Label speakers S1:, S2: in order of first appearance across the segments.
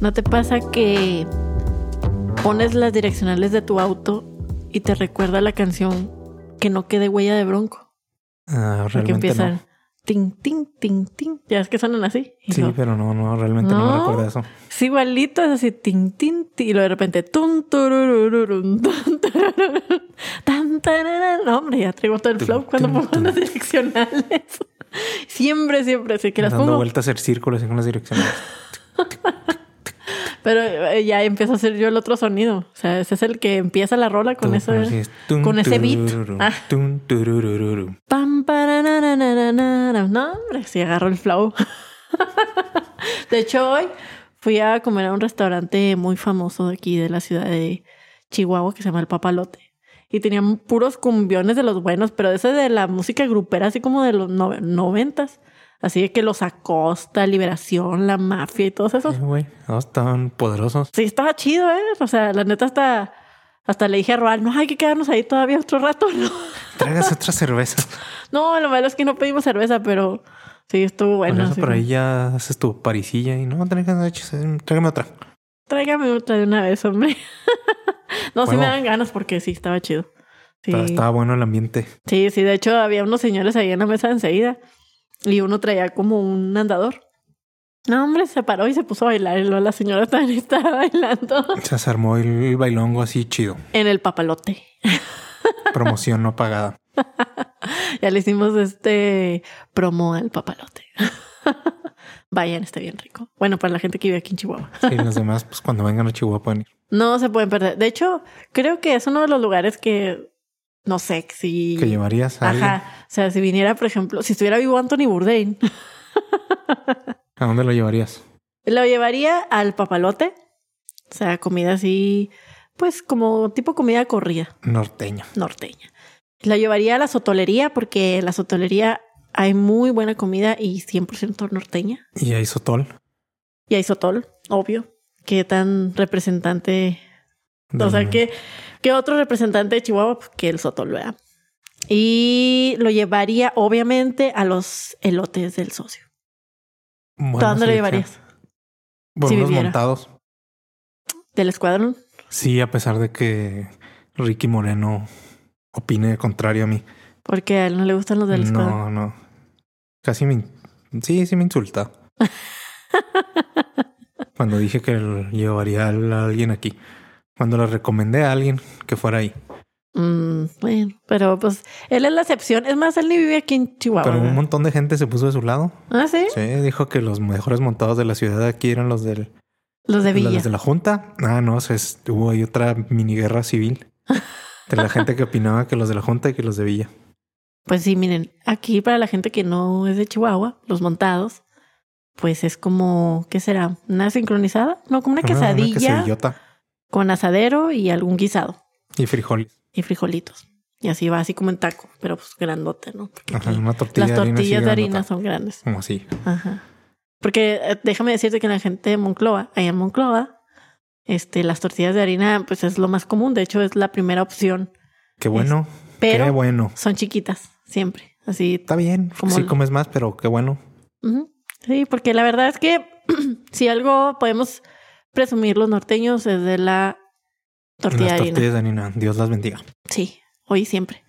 S1: ¿No te pasa que pones las direccionales de tu auto y te recuerda la canción que no quede huella de bronco?
S2: Ah,
S1: La que
S2: realmente
S1: empiezan.
S2: no.
S1: Ting, ting, ting, ting. Ya es que suenan así. Y
S2: Sí,
S1: luego,
S2: pero no, no, realmente no, me
S1: No.
S2: recuerda eso.
S1: Es igualito, es así, tin, tin, tin, y luego de repente, tun, tururururum, tun, turururun, tan, tararán. No, hombre, ya traigo todo el
S2: Tum,
S1: flow cuando
S2: tum,
S1: pongo
S2: tum.
S1: las direccionales. siempre, siempre, así que las
S2: Dando
S1: pongo.
S2: vueltas en círculos en unas direcciones.
S1: Pero eh, ya empiezo a hacer yo el otro sonido. O sea, ese es el que empieza la rola con
S2: Tú,
S1: eso.
S2: así es. Tum,
S1: con ese beat.
S2: turururum,
S1: Ah.
S2: tum, tururururum.
S1: Pam, parananananana. No, hombre, sí agarro el flow. de hecho, hoy fui a comer a un restaurante muy famoso de aquí, de la ciudad de Chihuahua, que se llama El Papalote. Y tenían puros cumbiones de los buenos, pero ese de la música grupera, así como de los nove- noventas. Así de que los Acosta, Liberación, La Mafia y todos esos.
S2: Eh, güey, todos tan poderosos.
S1: Sí, estaba chido, ¿eh? O sea, la neta hasta, hasta le dije a Roal, no, hay que quedarnos ahí todavía otro rato, ¿no?
S2: Traigas otra cerveza.
S1: No, lo malo es que no pedimos cerveza, pero sí, estuvo bueno.
S2: Por eso
S1: sí.
S2: por ahí ya haces tu parisilla y no, traigas, tráigame otra.
S1: Tráigame otra de una vez, hombre. no, sí
S2: Bueno.
S1: me dan ganas porque sí, estaba chido. Sí.
S2: Estaba, estaba bueno el ambiente.
S1: sí, sí, de hecho había unos señores ahí en la mesa enseguida y uno traía como un andador. No, hombre, se paró y se puso a bailar y luego la señora también estaba bailando
S2: Se armó el bailongo así chido.
S1: en el papalote.
S2: Promoción no pagada.
S1: Ya le hicimos este promo al papalote. Vayan, está bien rico. Bueno, para la gente que vive aquí en Chihuahua.
S2: Y los demás, pues cuando vengan a Chihuahua pueden ir.
S1: No se pueden perder. De hecho, creo que es uno de los lugares que no sé si.
S2: Que llevarías a alguien?
S1: Ajá. O sea, si viniera, por ejemplo, si estuviera vivo Anthony Bourdain,
S2: ¿A dónde lo llevarías?
S1: lo llevaría al papalote. O sea, comida así, pues como tipo comida corrida,
S2: Norteño.
S1: norteña. Lo llevaría a la sotolería porque en la sotolería hay muy buena comida y 100% norteña.
S2: Y ahí Sotol.
S1: Y a Isotol, obvio. que tan representante. O
S2: del-
S1: sea, que qué otro representante de Chihuahua Pues, que el Sotol, ¿verdad? Y lo llevaría, obviamente, a los elotes del socio.
S2: Buena
S1: ¿Tú a dónde lo
S2: selección.
S1: llevarías?
S2: Por
S1: Si
S2: unos
S1: viviera.
S2: montados.
S1: ¿Del escuadrón?
S2: Sí, a pesar de que Ricky Moreno opine contrario a mí.
S1: Porque a él no le gustan los del escuadrón.
S2: No, no. Casi me... in- Sí, sí me insulta. Cuando dije que lo llevaría a alguien aquí. Cuando le recomendé a alguien que fuera ahí.
S1: Mm, bueno, pero pues él es la excepción. Es más, él ni vive aquí en Chihuahua.
S2: Pero un
S1: ¿verdad?
S2: montón de gente se puso de su lado.
S1: ah, ¿sí?
S2: Sí, dijo que los mejores montados de la ciudad de aquí eran los del
S1: Los de Villa.
S2: Los de la Junta. Ah, no, se estuvo ahí otra mini guerra civil. De la gente que opinaba que los de la Junta y que los de Villa.
S1: Pues sí, miren, aquí para la gente que no es de Chihuahua, los montados, pues es como, ¿qué será? ¿Una sincronizada? No,
S2: Ah,
S1: como una quesadilla
S2: quesadillota
S1: con asadero y algún guisado
S2: y frijoles.
S1: y frijolitos. Y así va, así como en taco, pero pues grandote, ¿no? Porque
S2: Ajá,
S1: aquí
S2: una tortilla
S1: las
S2: de harina. así
S1: tortillas de harina
S2: grandota.
S1: son grandes.
S2: Como así.
S1: Ajá. Porque eh, déjame decirte que la gente de Moncloa, allá en Moncloa, este, las tortillas de harina, pues es lo más común. De hecho, es la primera opción,
S2: Qué bueno.
S1: Este, pero
S2: Qué bueno.
S1: son chiquitas siempre. Así
S2: Está bien.
S1: Como
S2: sí
S1: el-
S2: comes más, pero qué bueno.
S1: Ujú. Sí, porque la verdad es que si algo podemos presumir los norteños es de la tortilla
S2: Las
S1: de harina.
S2: tortillas de harina. Dios las bendiga.
S1: Sí, hoy y siempre.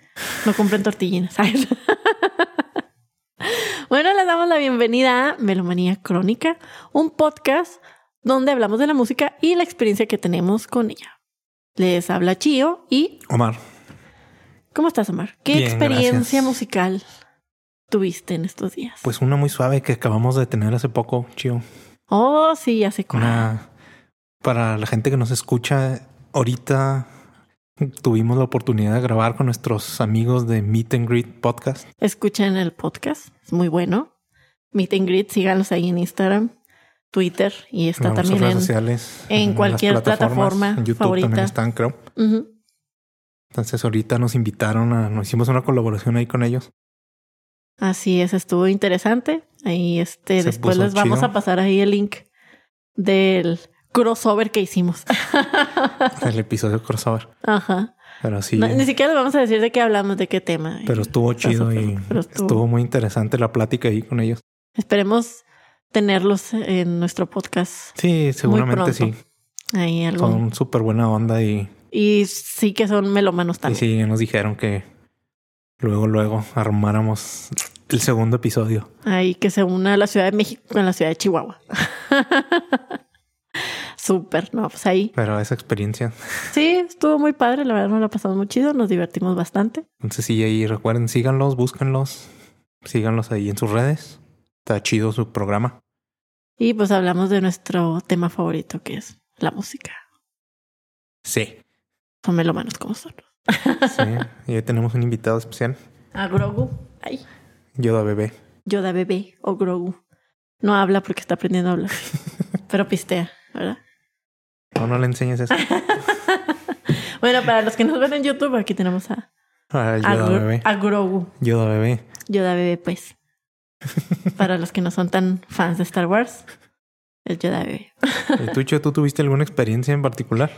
S1: No compren tortillinas. ¿sabes? bueno, les damos la bienvenida a Melomanía Crónica, un podcast donde hablamos de la música y la experiencia que tenemos con ella. Les habla Chio y
S2: Omar,
S1: ¿cómo estás, Omar? ¿Qué
S2: Bien,
S1: experiencia
S2: gracias.
S1: musical tuviste en estos días?
S2: pues una muy suave que acabamos de tener hace poco, chío.
S1: oh, sí, ya sé cuál.
S2: Una... Para la gente que nos escucha, ahorita tuvimos la oportunidad de grabar con nuestros amigos de Meet and Greet Podcast.
S1: escuchen el podcast, es muy bueno. Meet and Greet, síganlos ahí en Instagram, Twitter y está
S2: Vamos a
S1: también
S2: redes
S1: en...
S2: sociales,
S1: en
S2: las
S1: cualquier plataforma
S2: En YouTube
S1: favorita.
S2: también están, creo.
S1: Ujú.
S2: Entonces ahorita nos invitaron a, nos hicimos una colaboración ahí con ellos.
S1: Así es, estuvo interesante. Ahí este,
S2: Se
S1: después
S2: puso
S1: les vamos
S2: chido.
S1: a pasar ahí el link del crossover que hicimos.
S2: El episodio crossover.
S1: Ajá.
S2: Pero sí,
S1: No, ni siquiera les vamos a decir de qué hablamos, de qué tema.
S2: pero estuvo
S1: Está
S2: chido
S1: súper,
S2: y
S1: pero estuvo-
S2: estuvo muy interesante la plática ahí con ellos.
S1: Esperemos tenerlos en nuestro podcast.
S2: Sí,
S1: pronto.
S2: seguramente sí.
S1: Ahí algo.
S2: Son súper buena onda y,
S1: Y sí que son melómanos
S2: y
S1: también.
S2: sí, nos dijeron que luego, luego armáramos el segundo episodio.
S1: Ahí que se una la Ciudad de México con la Ciudad de Chihuahua. Súper, no, pues ahí.
S2: Pero esa experiencia.
S1: Sí, estuvo muy padre, la verdad nos la pasamos muy chido, nos divertimos bastante.
S2: Entonces sí, ahí recuerden, síganlos, búsquenlos, síganlos ahí en sus redes. Está chido su programa.
S1: Y pues hablamos de nuestro tema favorito que es la música.
S2: Sí.
S1: Son melómanos como son.
S2: Sí. y hoy tenemos un invitado especial,
S1: A Grogu. Ay,
S2: Yoda Bebé.
S1: Yoda bebé o Grogu. No habla porque está aprendiendo a hablar, pero pistea, ¿verdad?
S2: No, no le enseñes eso.
S1: Bueno, para los que nos ven en YouTube, aquí tenemos a,
S2: Ah,
S1: a,
S2: Yoda
S1: Gro-
S2: Bebé.
S1: a Grogu.
S2: Yoda Bebé.
S1: Yoda bebé, pues. Para los que no son tan fans de Star Wars, es Yoda bebé.
S2: ¿Y tú, Chio, tú tuviste alguna experiencia en particular?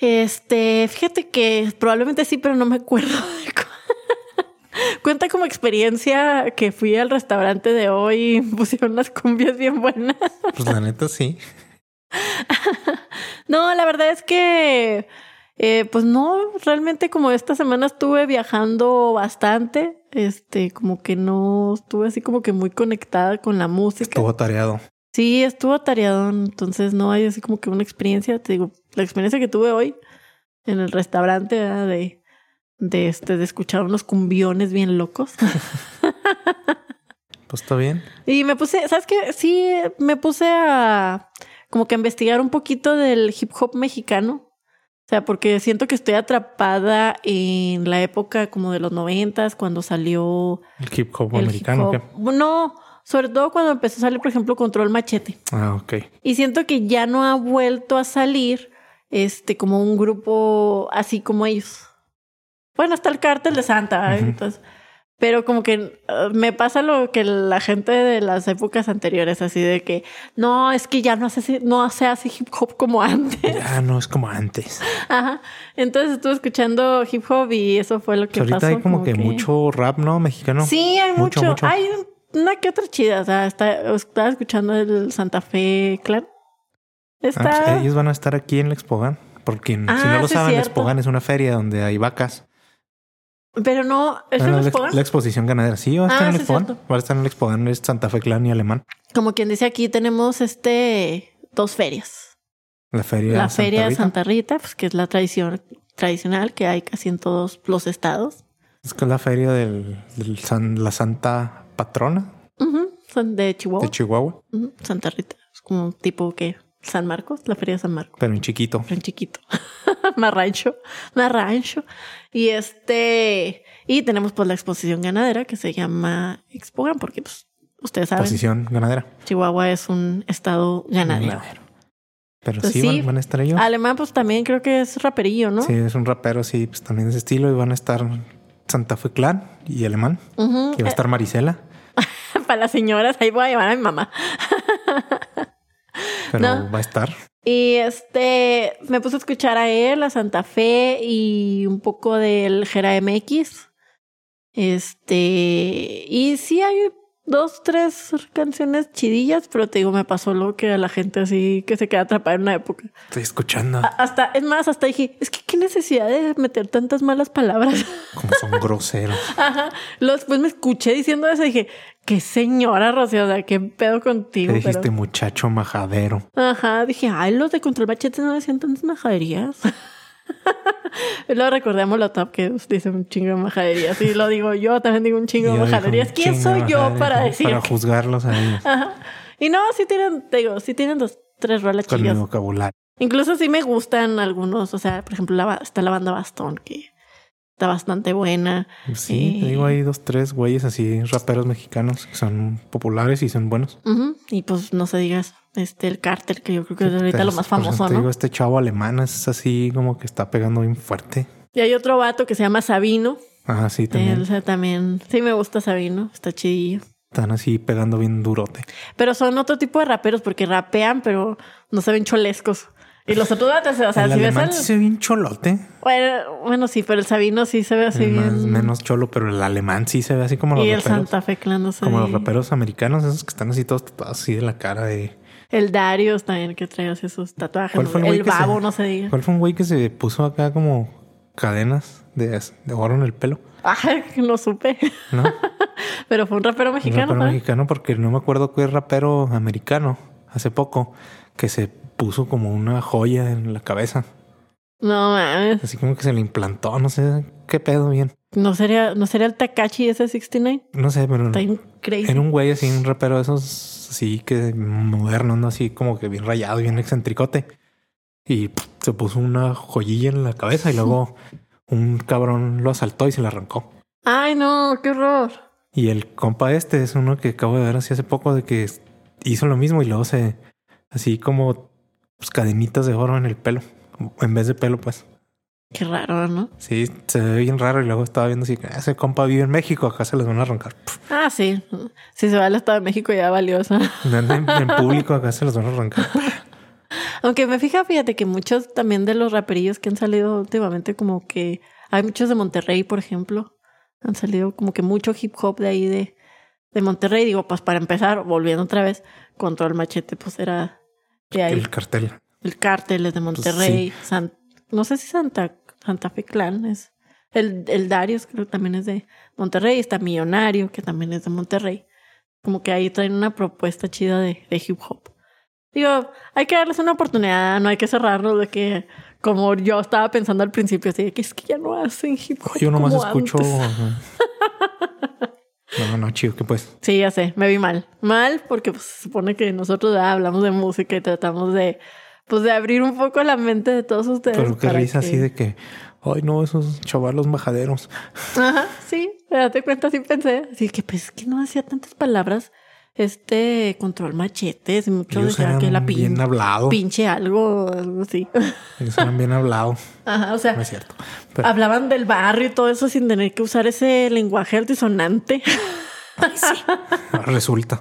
S1: Este, fíjate que probablemente sí, pero no me acuerdo. de cu- Cuenta como experiencia que fui al restaurante de hoy y pusieron las cumbias bien buenas.
S2: Pues la neta sí.
S1: No, la verdad es que, eh, pues no, realmente como esta semana estuve viajando bastante, este, como que no estuve así como que muy conectada con la música.
S2: Estuvo tareado.
S1: Sí, estuvo atareado, entonces no hay así como que una experiencia, te digo, la experiencia que tuve hoy en el restaurante ¿verdad? de de este de escuchar unos cumbiones bien locos.
S2: Pues está bien.
S1: Y me puse, ¿sabes qué? Sí, me puse a como que a investigar un poquito del hip hop mexicano. O sea, porque siento que estoy atrapada en la época como de los noventas, cuando salió
S2: El hip hop
S1: el
S2: americano.
S1: hip hop. No, sobre todo cuando empezó a salir, por ejemplo, Control Machete.
S2: ¿qué? Ah, ok.
S1: Y siento que ya no ha vuelto a salir este como un grupo así como ellos. Bueno, hasta el cártel de Santa, ¿eh?
S2: Ujú.
S1: entonces. Pero como que eh, me pasa lo que la gente de las épocas anteriores, así de que no, es que ya no se hace, no se hace hip hop como antes.
S2: Ya no es como antes.
S1: Ajá. Entonces estuve escuchando hip hop y eso fue lo
S2: Pues
S1: que
S2: ahorita
S1: pasó.
S2: hay como, que, mucho rap, ¿no? Mexicano.
S1: Sí, hay
S2: Mucho,
S1: mucho.
S2: mucho.
S1: Hay una que otra chida. O sea, está- estaba escuchando el Santa Fe Clan.
S2: Ah, pues
S1: Está.
S2: ellos van a estar aquí en la Expogan. Por quien, si
S1: Ah,
S2: no lo
S1: sí,
S2: saben, la
S1: cierto.
S2: Expogan es una feria donde hay vacas.
S1: Pero no, ¿es
S2: Ah,
S1: el
S2: no, la,
S1: Expogan?
S2: la exposición ganadera. Sí, va a estar
S1: Ah,
S2: en el
S1: sí,
S2: Expogan.
S1: cierto.
S2: Va a estar en el Expogan, es Santa Fe Clan y Alemán.
S1: Como quien dice aquí, tenemos este dos ferias.
S2: La feria.
S1: la
S2: Santa
S1: feria de
S2: Rita.
S1: Santa Rita, pues que es la tradición tradicional que hay casi en todos los estados.
S2: Es que es la feria del, del San- la Santa Patrona
S1: Ujú, Son de Chihuahua,
S2: de Chihuahua,
S1: Ujú, Santa Rita. Es como un tipo que San Marcos, la feria de San Marcos.
S2: pero en chiquito.
S1: en chiquito. más rancho, más rancho. Y este, y tenemos pues la exposición ganadera que se llama Expogan, porque pues ustedes saben,
S2: Posición ganadera.
S1: Chihuahua es un estado ganadero.
S2: Ganadero. Pero
S1: Pues
S2: sí,
S1: sí.
S2: Van, van a estar ellos.
S1: Alemán, pues también creo que es raperillo, ¿no?
S2: Sí, es un rapero, sí, pues también de ese estilo. Y van a estar Santa Fe Clan y Alemán.
S1: Ujú.
S2: Y va a estar Marisela.
S1: Para las señoras, ahí voy a llevar a mi mamá.
S2: Pero
S1: No.
S2: va a estar.
S1: Y este, me puse a escuchar a él, a Santa Fe y un poco del Jera MX. Este, y sí hay dos, tres canciones chidillas, pero te digo, me pasó lo que a la gente así que se queda atrapada en una época.
S2: Estoy escuchando
S1: A- Hasta, es más, hasta dije, es que qué necesidad de meter tantas malas palabras.
S2: como son groseros.
S1: Ajá. Luego después me escuché diciendo eso y dije, qué señora Rocío, o sea, qué pedo
S2: Te
S1: contigo.
S2: dijiste
S1: pero-
S2: muchacho majadero.
S1: Ajá, dije, ay, los de Control Machete no decían tantas majaderías. Y Luego recordamos la top que dice un chingo de majaderías. Y lo digo yo, también digo un chingo
S2: Y
S1: de
S2: yo dije,
S1: majaderías.
S2: un
S1: ¿Quién
S2: chingo
S1: soy yo
S2: majadero,
S1: para decir?
S2: Para
S1: que- Ah,
S2: juzgarlos a ellos
S1: Ajá. Y no, sí tienen, te digo, sí tienen dos, tres rolas
S2: con mi
S1: chicas.
S2: vocabulario.
S1: Incluso sí me gustan algunos. O sea, por ejemplo, la, ba- está la banda Bastón, que está bastante buena.
S2: Pues Sí, te digo, hay dos, tres güeyes así, raperos mexicanos que son populares y son buenos.
S1: Ujú. Y pues no se digas, este, el cárter, que yo creo que es
S2: Sí,
S1: ahorita
S2: pero,
S1: lo más
S2: por ejemplo,
S1: famoso,
S2: Te
S1: ¿no?
S2: digo, este chavo alemán es así como que está pegando bien fuerte.
S1: Y hay otro vato que se llama Sabino.
S2: Ah, sí,
S1: Él,
S2: también.
S1: o sea, también. Sí, me gusta Sabino, está chidillo.
S2: Están así pegando bien durote.
S1: Pero son otro tipo de raperos porque rapean, pero no se ven cholescos. Y los otros vatos, o sea,
S2: el
S1: si ves
S2: alemán
S1: al-
S2: sí se ve bien cholote.
S1: Bueno, bueno, sí, pero el Sabino sí se ve así
S2: El más-
S1: bien.
S2: menos cholo, pero el alemán sí se ve así como los
S1: y el
S2: raperos.
S1: Santa Fe Clan, no sé.
S2: Como los raperos americanos, esos que están así todos tatuados así de la cara de...
S1: El Darius también que trae así sus tatuajes.
S2: ¿Cuál fue el
S1: el
S2: güey que se-
S1: babo, no se diga.
S2: ¿Cuál fue un güey que se puso acá como cadenas de, de oro en el pelo?
S1: Ay, no supe.
S2: ¿No?
S1: Pero fue un rapero
S2: Un
S1: mexicano,
S2: rapero
S1: ¿sabes?
S2: mexicano, porque no me acuerdo qué rapero americano hace poco que se puso como una joya en la cabeza.
S1: No mames.
S2: Así como que se le implantó, no sé qué pedo bien.
S1: ¿No sería, ¿No sería el Takachi ese 69?
S2: No sé, pero
S1: Está bien crazy.
S2: era un güey así, un rapero de esos así que moderno, ¿no? Así como que bien rayado, bien excentricote. Y pff, se puso una joyilla en la cabeza y luego un cabrón lo asaltó y se la arrancó.
S1: Ay, no, qué horror.
S2: Y el compa este es uno que acabo de ver así hace poco de que hizo lo mismo y luego se así como pues, cadenitas de oro en el pelo, en vez de pelo, pues.
S1: Qué raro, ¿no?
S2: Sí, se ve bien raro y luego estaba viendo así que "Ah, ese compa vive en México, acá se les van a arrancar. Pff,
S1: Ah, sí. Si se va al Estado de México ya valiosa.
S2: anda en, en público, acá se les van a arrancar.
S1: Aunque me fija, fíjate que muchos también de los raperillos que han salido últimamente, como que hay muchos de Monterrey, por ejemplo, han salido como que mucho hip hop de ahí de, de Monterrey. Digo, pues para empezar, volviendo otra vez, Control Machete, pues era de ahí.
S2: El cartel.
S1: El cártel
S2: Pues
S1: es de Monterrey. San- no sé si Santa, Santa Fe Clan es. El, el Darius creo que también es de Monterrey. Está Millonario, que también es de Monterrey. Como que ahí traen una propuesta chida de, de hip hop. Digo, hay que darles una oportunidad, no hay que cerrarnos de que, como yo estaba pensando al principio, así de que es que ya no hacen hip hop.
S2: Yo nomás
S1: como
S2: escucho.
S1: antes.
S2: ajá. No, no, chido, que pues.
S1: Sí, ya sé, me vi mal. Mal porque pues, se supone que nosotros ya hablamos de música y tratamos de, pues, de abrir un poco la mente de todos ustedes.
S2: Pero qué
S1: para
S2: risa
S1: que-
S2: así de que, ay no, esos chavalos majaderos.
S1: Ajá, sí, me date cuenta, sí pensé. Así que pues que no decía tantas palabras. Este control machetes y mucho
S2: Ellos
S1: decía que la
S2: eran
S1: pin-
S2: bien hablado.
S1: pinche algo, algo así.
S2: Ellos eran bien hablado.
S1: Ajá, o sea,
S2: No es cierto. Pero
S1: hablaban del barrio y todo eso sin tener que usar ese lenguaje altisonante.
S2: resulta.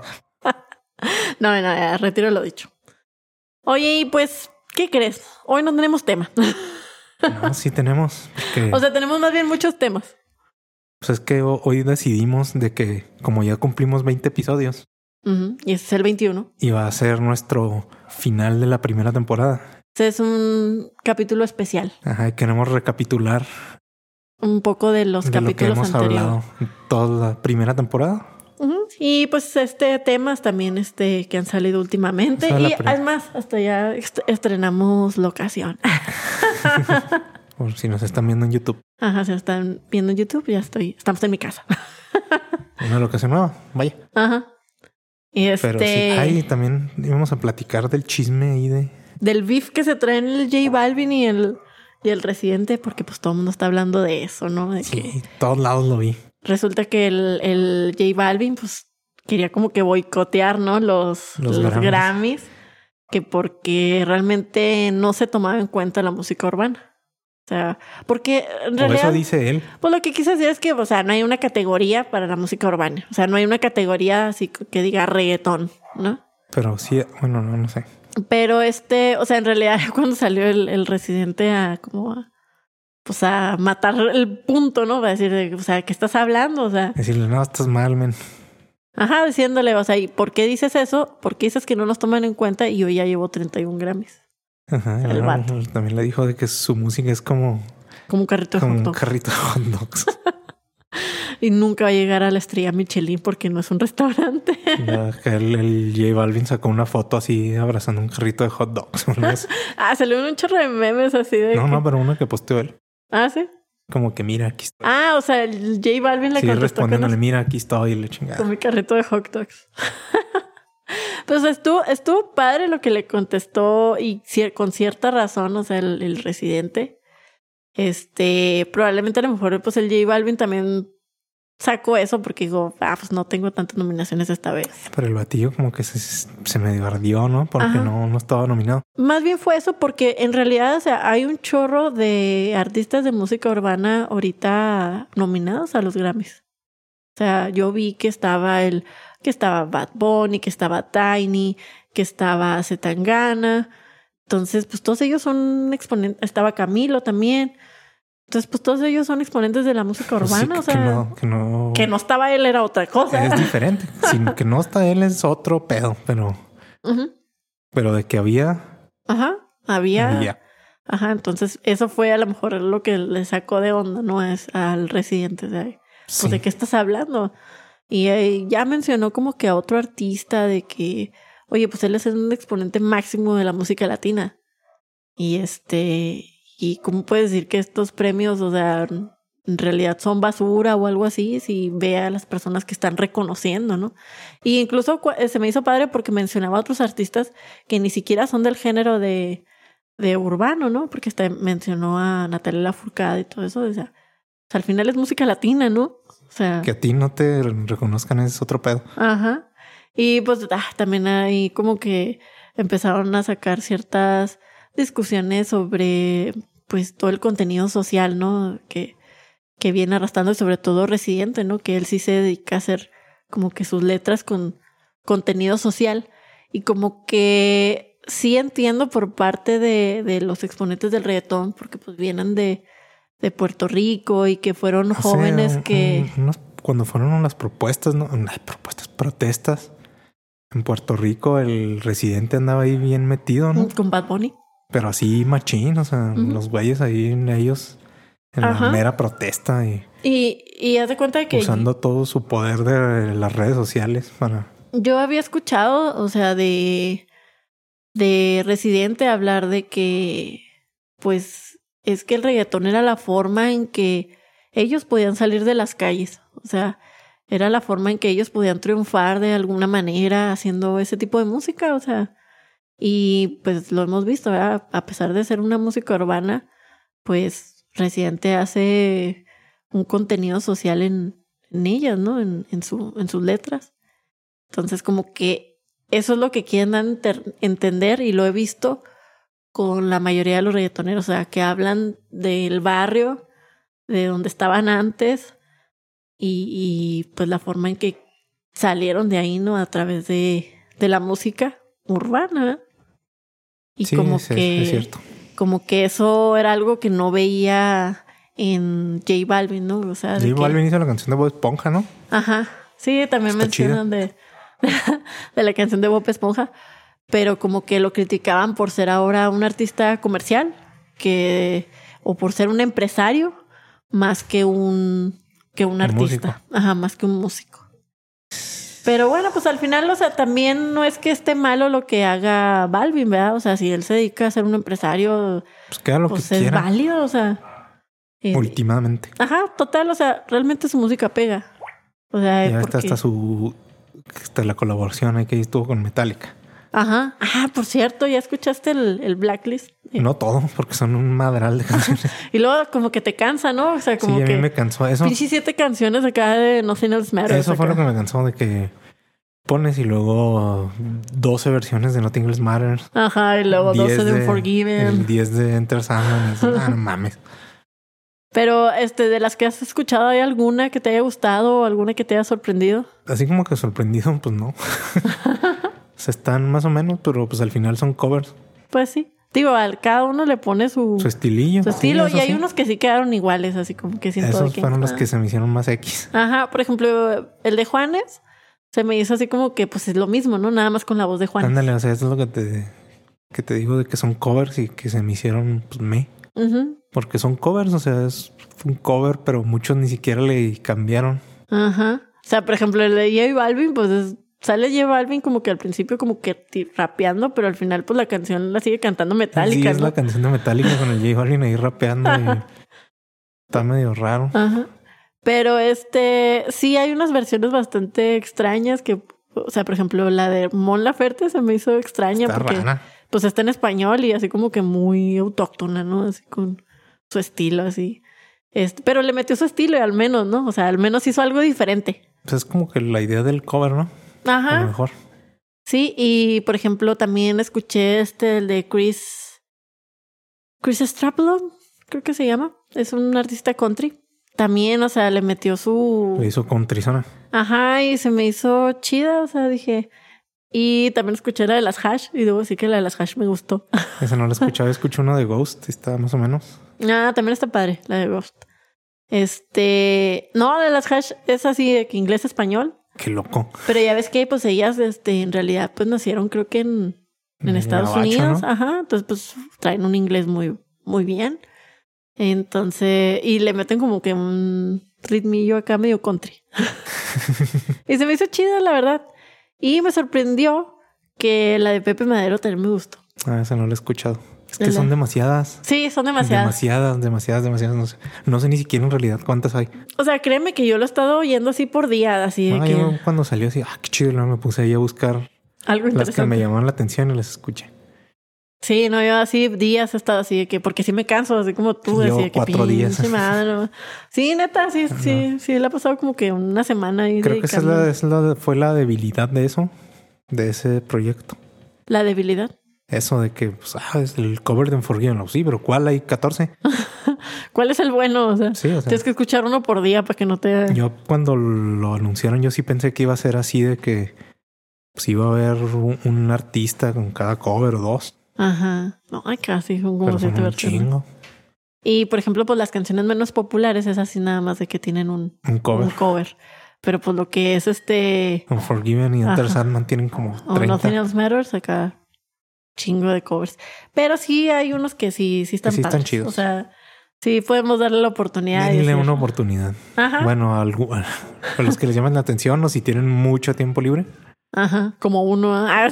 S1: No, no, ya, retiro lo dicho. Oye, y pues, ¿qué crees? Hoy no tenemos tema.
S2: No, sí tenemos. porque,
S1: O sea, tenemos más bien muchos temas.
S2: pues es que ho- hoy decidimos de que, como ya cumplimos 20 episodios,
S1: Ujú, Y ese es el 21.
S2: iba a ser nuestro final de la primera temporada.
S1: Este es un capítulo especial.
S2: Ajá, y queremos recapitular
S1: Un poco de los
S2: de lo que
S1: capítulos
S2: hemos
S1: anteriores.
S2: hablado en toda la primera temporada.
S1: Ujú. Y pues este temas también este que han salido últimamente.
S2: Esa es la
S1: y
S2: primera.
S1: además, hasta ya est- estrenamos locación.
S2: Por si nos están viendo en YouTube.
S1: Ajá, se están viendo en YouTube, ya estoy, estamos en mi casa.
S2: Una locación nueva, vaya.
S1: Ajá. Y este
S2: Pero sí, ahí también íbamos a platicar del chisme ahí de...
S1: del beef que se traen el J Balvin y el y el residente, porque pues todo el mundo está hablando de eso, ¿no? De que
S2: Sí, todos lados lo vi.
S1: resulta que el, el J Balvin, pues quería como que boicotear, ¿no? Los,
S2: Los
S1: los,
S2: Grammys.
S1: Grammys. que porque realmente no se tomaba en cuenta la música urbana. O sea, porque en
S2: Por eso
S1: realidad,
S2: dice él.
S1: pues lo que quise decir es que, o sea, no hay una categoría para la música urbana. O sea, no hay una categoría así que diga reggaetón, ¿no?
S2: Pero sí, bueno, no, no sé.
S1: Pero este, o sea, en realidad cuando salió el, el residente a como a, pues a matar el punto, ¿no? Va a decir, de, o sea, ¿qué estás hablando? O sea,
S2: Decirle, no, estás mal, men.
S1: Ajá, diciéndole, o sea, ¿y por qué dices eso? ¿Por qué dices que no nos toman en cuenta? Y yo ya llevo 31 Grammys.
S2: Ajá, y
S1: El
S2: luego
S1: vato.
S2: También le dijo de que su música es como,
S1: Como un carrito de
S2: como
S1: hot
S2: un
S1: dog.
S2: carrito de hot dogs.
S1: Y nunca va a llegar a la estrella Michelin porque no es un restaurante.
S2: Ya que el, el J Balvin sacó una foto así abrazando un carrito de hot dogs. una vez.
S1: ah, salió un chorro de memes así de.
S2: No,
S1: que-
S2: no, pero una que posteó él.
S1: Ah, sí.
S2: Como que mira, aquí estoy.
S1: Ah, o sea, el J Balvin le
S2: Sí,
S1: contestó con,
S2: respondiéndole, mira, aquí estoy, y le chingada.
S1: con mi carrito de hot dogs. pues estuvo, estuvo padre lo que le contestó y cier- con cierta razón, o sea, el, el residente. Este, probablemente a lo mejor pues el J Balvin también sacó eso porque digo, ah, pues no tengo tantas nominaciones esta vez.
S2: Pero el batillo como que se, se medio ardió, ¿no? Porque
S1: Ajá.
S2: no, no estaba nominado.
S1: Más bien fue eso porque en realidad, o sea, hay un chorro de artistas de música urbana ahorita nominados a los Grammys. O sea, yo vi que estaba el, que estaba Bad Bunny, que estaba Tiny, que estaba Zetangana, Entonces, pues todos ellos son exponentes. Estaba Camilo también. Entonces, pues todos ellos son exponentes de la música
S2: Pues sí,
S1: urbana.
S2: que-
S1: o sea,
S2: que no, que no,
S1: que no estaba él era otra cosa.
S2: es diferente. Sino que no está él es otro pedo, pero,
S1: Ujú.
S2: pero de que había,
S1: Ajá. Había.
S2: había.
S1: Ajá. Entonces, eso fue a lo mejor lo que le sacó de onda, ¿no? Es al residente. O sea,
S2: Sí.
S1: pues, ¿de qué estás hablando? Y eh, ya mencionó como que a otro artista de que, oye, pues él es un exponente máximo de la música latina. Y este, ¿y cómo puedes decir que estos premios, o sea, en realidad son basura o algo así, si ve a las personas que están reconociendo, ¿no? Y incluso cua- eh, se me hizo padre porque mencionaba a otros artistas que ni siquiera son del género de, de urbano, ¿no? Porque hasta mencionó a Natalia Lafourcade y todo eso, o sea, o sea, al final es música latina, ¿no? O sea,
S2: Que a ti no te reconozcan es otro pedo.
S1: ajá. Y pues ah, también ahí como que empezaron a sacar ciertas discusiones sobre pues todo el contenido social, ¿no? Que, que viene arrastrando y sobre todo Residente, ¿no? Que él sí se dedica a hacer como que sus letras con contenido social y como que sí entiendo por parte de, de los exponentes del reggaetón porque pues vienen de, de Puerto Rico y que fueron
S2: Hace
S1: jóvenes
S2: un-
S1: que...
S2: un- unos- cuando fueron las propuestas, ¿no? Unas propuestas, protestas. En Puerto Rico el residente andaba ahí bien metido, ¿no?
S1: Con Bad Bunny.
S2: Pero así machín, o sea,
S1: Ujú.
S2: los güeyes ahí en ellos en
S1: Ajá.
S2: la mera protesta y
S1: Y, y haz de cuenta de que
S2: usando todo su poder de las redes sociales para...
S1: yo había escuchado, o sea, de, de Residente hablar de que, pues, es que el reggaetón era la forma en que ellos podían salir de las calles. O sea, era la forma en que ellos podían triunfar de alguna manera haciendo ese tipo de música, o sea. Y pues lo hemos visto, ¿verdad? a pesar de ser una música urbana, pues Residente hace un contenido social en, en ellas, ¿no? En, en, su, en sus letras. Entonces, como que eso es lo que quieren dar a enter- entender y lo he visto con la mayoría de los reggaetoneros, o sea, que hablan del barrio, de donde estaban antes y, y, pues la forma en que salieron de ahí, ¿no? A través de, de la música urbana. ¿verdad? Y
S2: sí,
S1: como
S2: es, es-
S1: que
S2: es cierto.
S1: como que eso era algo que no veía en J Balvin, ¿no? O sea, de
S2: J
S1: que-
S2: Balvin hizo la canción de Bob Esponja, ¿no?
S1: Ajá. Sí, también
S2: Está
S1: mencionan de, de la canción de Bob Esponja, pero como que lo criticaban por ser ahora un artista comercial, que o por ser un empresario más que un que un,
S2: Un
S1: artista, ajá, más que un músico. Pero bueno, pues al final, o sea, también no es que esté malo lo que haga Balvin, ¿verdad? O sea, si él se dedica a ser un empresario,
S2: Pues queda lo
S1: pues
S2: que
S1: es
S2: quiera,
S1: válido, o sea. eh,
S2: últimamente.
S1: ajá, total, o sea, realmente su música pega. O sea,
S2: Ya está
S1: porque-
S2: hasta su... Hasta la colaboración ahí que estuvo con Metallica.
S1: Ajá. Ah, por cierto, ya escuchaste el, el blacklist. Eh,
S2: No todo, porque son un madral de canciones.
S1: Y luego como que te cansa, ¿no? O sea,
S2: Sí,
S1: como
S2: a mí
S1: que
S2: me cansó eso.
S1: pinche siete canciones acá de Nothing Else Matters.
S2: Eso fue
S1: acá.
S2: lo que me cansó de que pones y luego 12 versiones de Nothing Else Matters.
S1: Ajá, y luego
S2: 10
S1: 12 de
S2: El
S1: Unforgiven.
S2: 10 de Enter Sandman. y dices, "Ah, no mames.
S1: Pero, este, de las que has escuchado, ¿hay alguna que te haya gustado o alguna que te haya sorprendido?
S2: Así como que sorprendido, pues no. Se están más o menos, pero pues al final son covers.
S1: Pues sí. Digo, al cada uno le pone su,
S2: Su estilillo.
S1: su
S2: Sí,
S1: estilo.
S2: eso
S1: y hay
S2: sí.
S1: unos que sí quedaron iguales, así como que siento
S2: Esos
S1: que...
S2: fueron los
S1: ah.
S2: que se me hicieron más X.
S1: Ajá, por ejemplo, el de Juanes se me hizo así como que pues es lo mismo, ¿no? Nada más con la voz de Juanes.
S2: Ándale, o sea, eso es lo que te, que te digo de que son covers y que se me hicieron pues, me.
S1: Ujú.
S2: Porque son covers, o sea, es un cover, pero muchos ni siquiera le cambiaron.
S1: Ajá. O sea, por ejemplo, el de J Balvin, pues es- sale J Balvin como que al principio como que ti- rapeando, pero al final pues la canción la sigue cantando
S2: Sí,
S1: metálica,
S2: es la canción de Metallica con el J Balvin ahí rapeando. y está medio raro.
S1: Ajá. Pero este, sí hay unas versiones bastante extrañas que, o sea, por ejemplo, la de Mon Laferte se me hizo extraña
S2: Está
S1: porque
S2: rana.
S1: pues está en español y así como que muy autóctona, ¿no? Así con su estilo así. Este, pero le metió su estilo y al menos, ¿no? O sea, al menos hizo algo diferente.
S2: Pues es como que la idea del cover, ¿no? A lo
S1: Ajá.
S2: mejor.
S1: Sí, y por ejemplo, también escuché este, el de Chris. Chris Straplon, creo que se llama. Es un artista country. También, o sea, le metió
S2: Lo
S1: su.
S2: hizo con Trizona.
S1: Ajá, y se me hizo chida. O sea, dije, Y también escuché la de las hash y debo decir que la de las hash me gustó.
S2: Esa no la he escuchado, escuché una de Ghost, está más o menos.
S1: Ah, también está padre, la de Ghost. Este, no, la de las hash es así de que inglés-español,
S2: Qué loco.
S1: pero ya ves que pues ellas este, en realidad pues nacieron creo que en, en Estados
S2: Gabacho,
S1: Unidos,
S2: ¿no?
S1: ajá, entonces pues traen un inglés muy, muy bien. Entonces, y le meten como que un ritmillo acá medio country. y se me hizo chida, la verdad. Y me sorprendió que la de Pepe Madero también me gustó.
S2: Ah, esa no la he escuchado. Es que
S1: Dale.
S2: son demasiadas.
S1: Sí, son demasiadas.
S2: Demasiadas, demasiadas, demasiadas. No sé, no sé ni siquiera en realidad cuántas hay.
S1: O sea, créeme que yo lo he estado oyendo así por día, así de
S2: Ah,
S1: que
S2: yo cuando salió así, ah, qué chido, luego me puse ahí a buscar
S1: algo
S2: las que me
S1: interesante.
S2: llamaron la atención y las escuché.
S1: Sí, no, yo así días he estado así de que, porque sí me canso, así como tú,
S2: Yo
S1: así de que
S2: cuatro días.
S1: pinche madre, no. Sí, neta, sí, sí, sí, le ha pasado como que una semana ahí
S2: Creo que esa es
S1: dedicando-
S2: la, es la- fue la debilidad de eso, de ese proyecto.
S1: la debilidad.
S2: Eso de que, pues, ah, es el cover de Unforgiven. Sí, pero ¿cuál hay? 14.
S1: ¿Cuál es el bueno? O sea,
S2: Sí, o sea.
S1: tienes que escuchar uno por día para que no te...
S2: Yo cuando lo anunciaron, yo sí pensé que iba a ser así de que pues iba a haber un, un artista con cada cover o dos.
S1: Ajá. No, ay, casi, son como
S2: Pero son
S1: siete
S2: un
S1: versiones.
S2: chingo.
S1: Y, por ejemplo, pues las canciones menos populares es así nada más de que tienen un,
S2: Un
S1: un
S2: cover.
S1: cover. Pero pues lo que es este...
S2: Unforgiven y Enter
S1: Ajá.
S2: Sandman tienen como
S1: O Nothing
S2: 30.
S1: Else Matters acá. Chingo de covers. Pero sí hay unos que sí, sí están
S2: sí están
S1: padres.
S2: chidos.
S1: O sea, sí podemos darle la oportunidad. y
S2: Denle
S1: decir,
S2: una oportunidad.
S1: Ajá.
S2: Bueno, a, algu- a los que les llaman la atención o si tienen mucho tiempo libre.
S1: Ajá. Como uno. ah.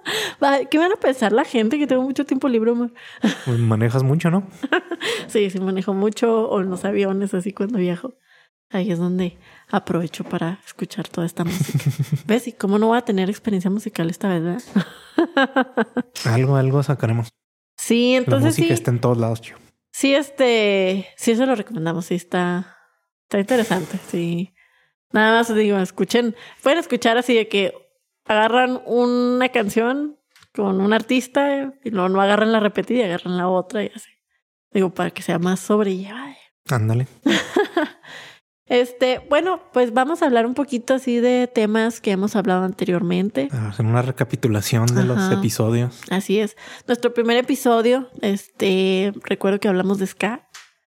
S1: Va, ¿Qué van a pensar la gente que tengo mucho tiempo libre? amor?
S2: pues manejas mucho, ¿no?
S1: Sí, sí manejo mucho o en los aviones así cuando viajo. Ahí es donde aprovecho para escuchar toda esta música. ¿Ves? ¿Y cómo no va a tener experiencia musical esta vez, verdad?
S2: Algo, algo sacaremos.
S1: Sí,
S2: la
S1: entonces
S2: música
S1: sí.
S2: está en todos lados, chico.
S1: Sí, este, sí se lo recomendamos, sí está, está interesante, sí. Nada más digo, escuchen, pueden escuchar así de que agarran una canción con un artista y no, no agarran la repetida, y agarran la otra y así. Digo, para que sea más sobrellevada.
S2: Ándale.
S1: Este, bueno, pues vamos a hablar un poquito así de temas que hemos hablado anteriormente.
S2: Hacer una recapitulación de los
S1: Ajá.
S2: episodios.
S1: Así es. Nuestro primer episodio, este, recuerdo que hablamos de ska.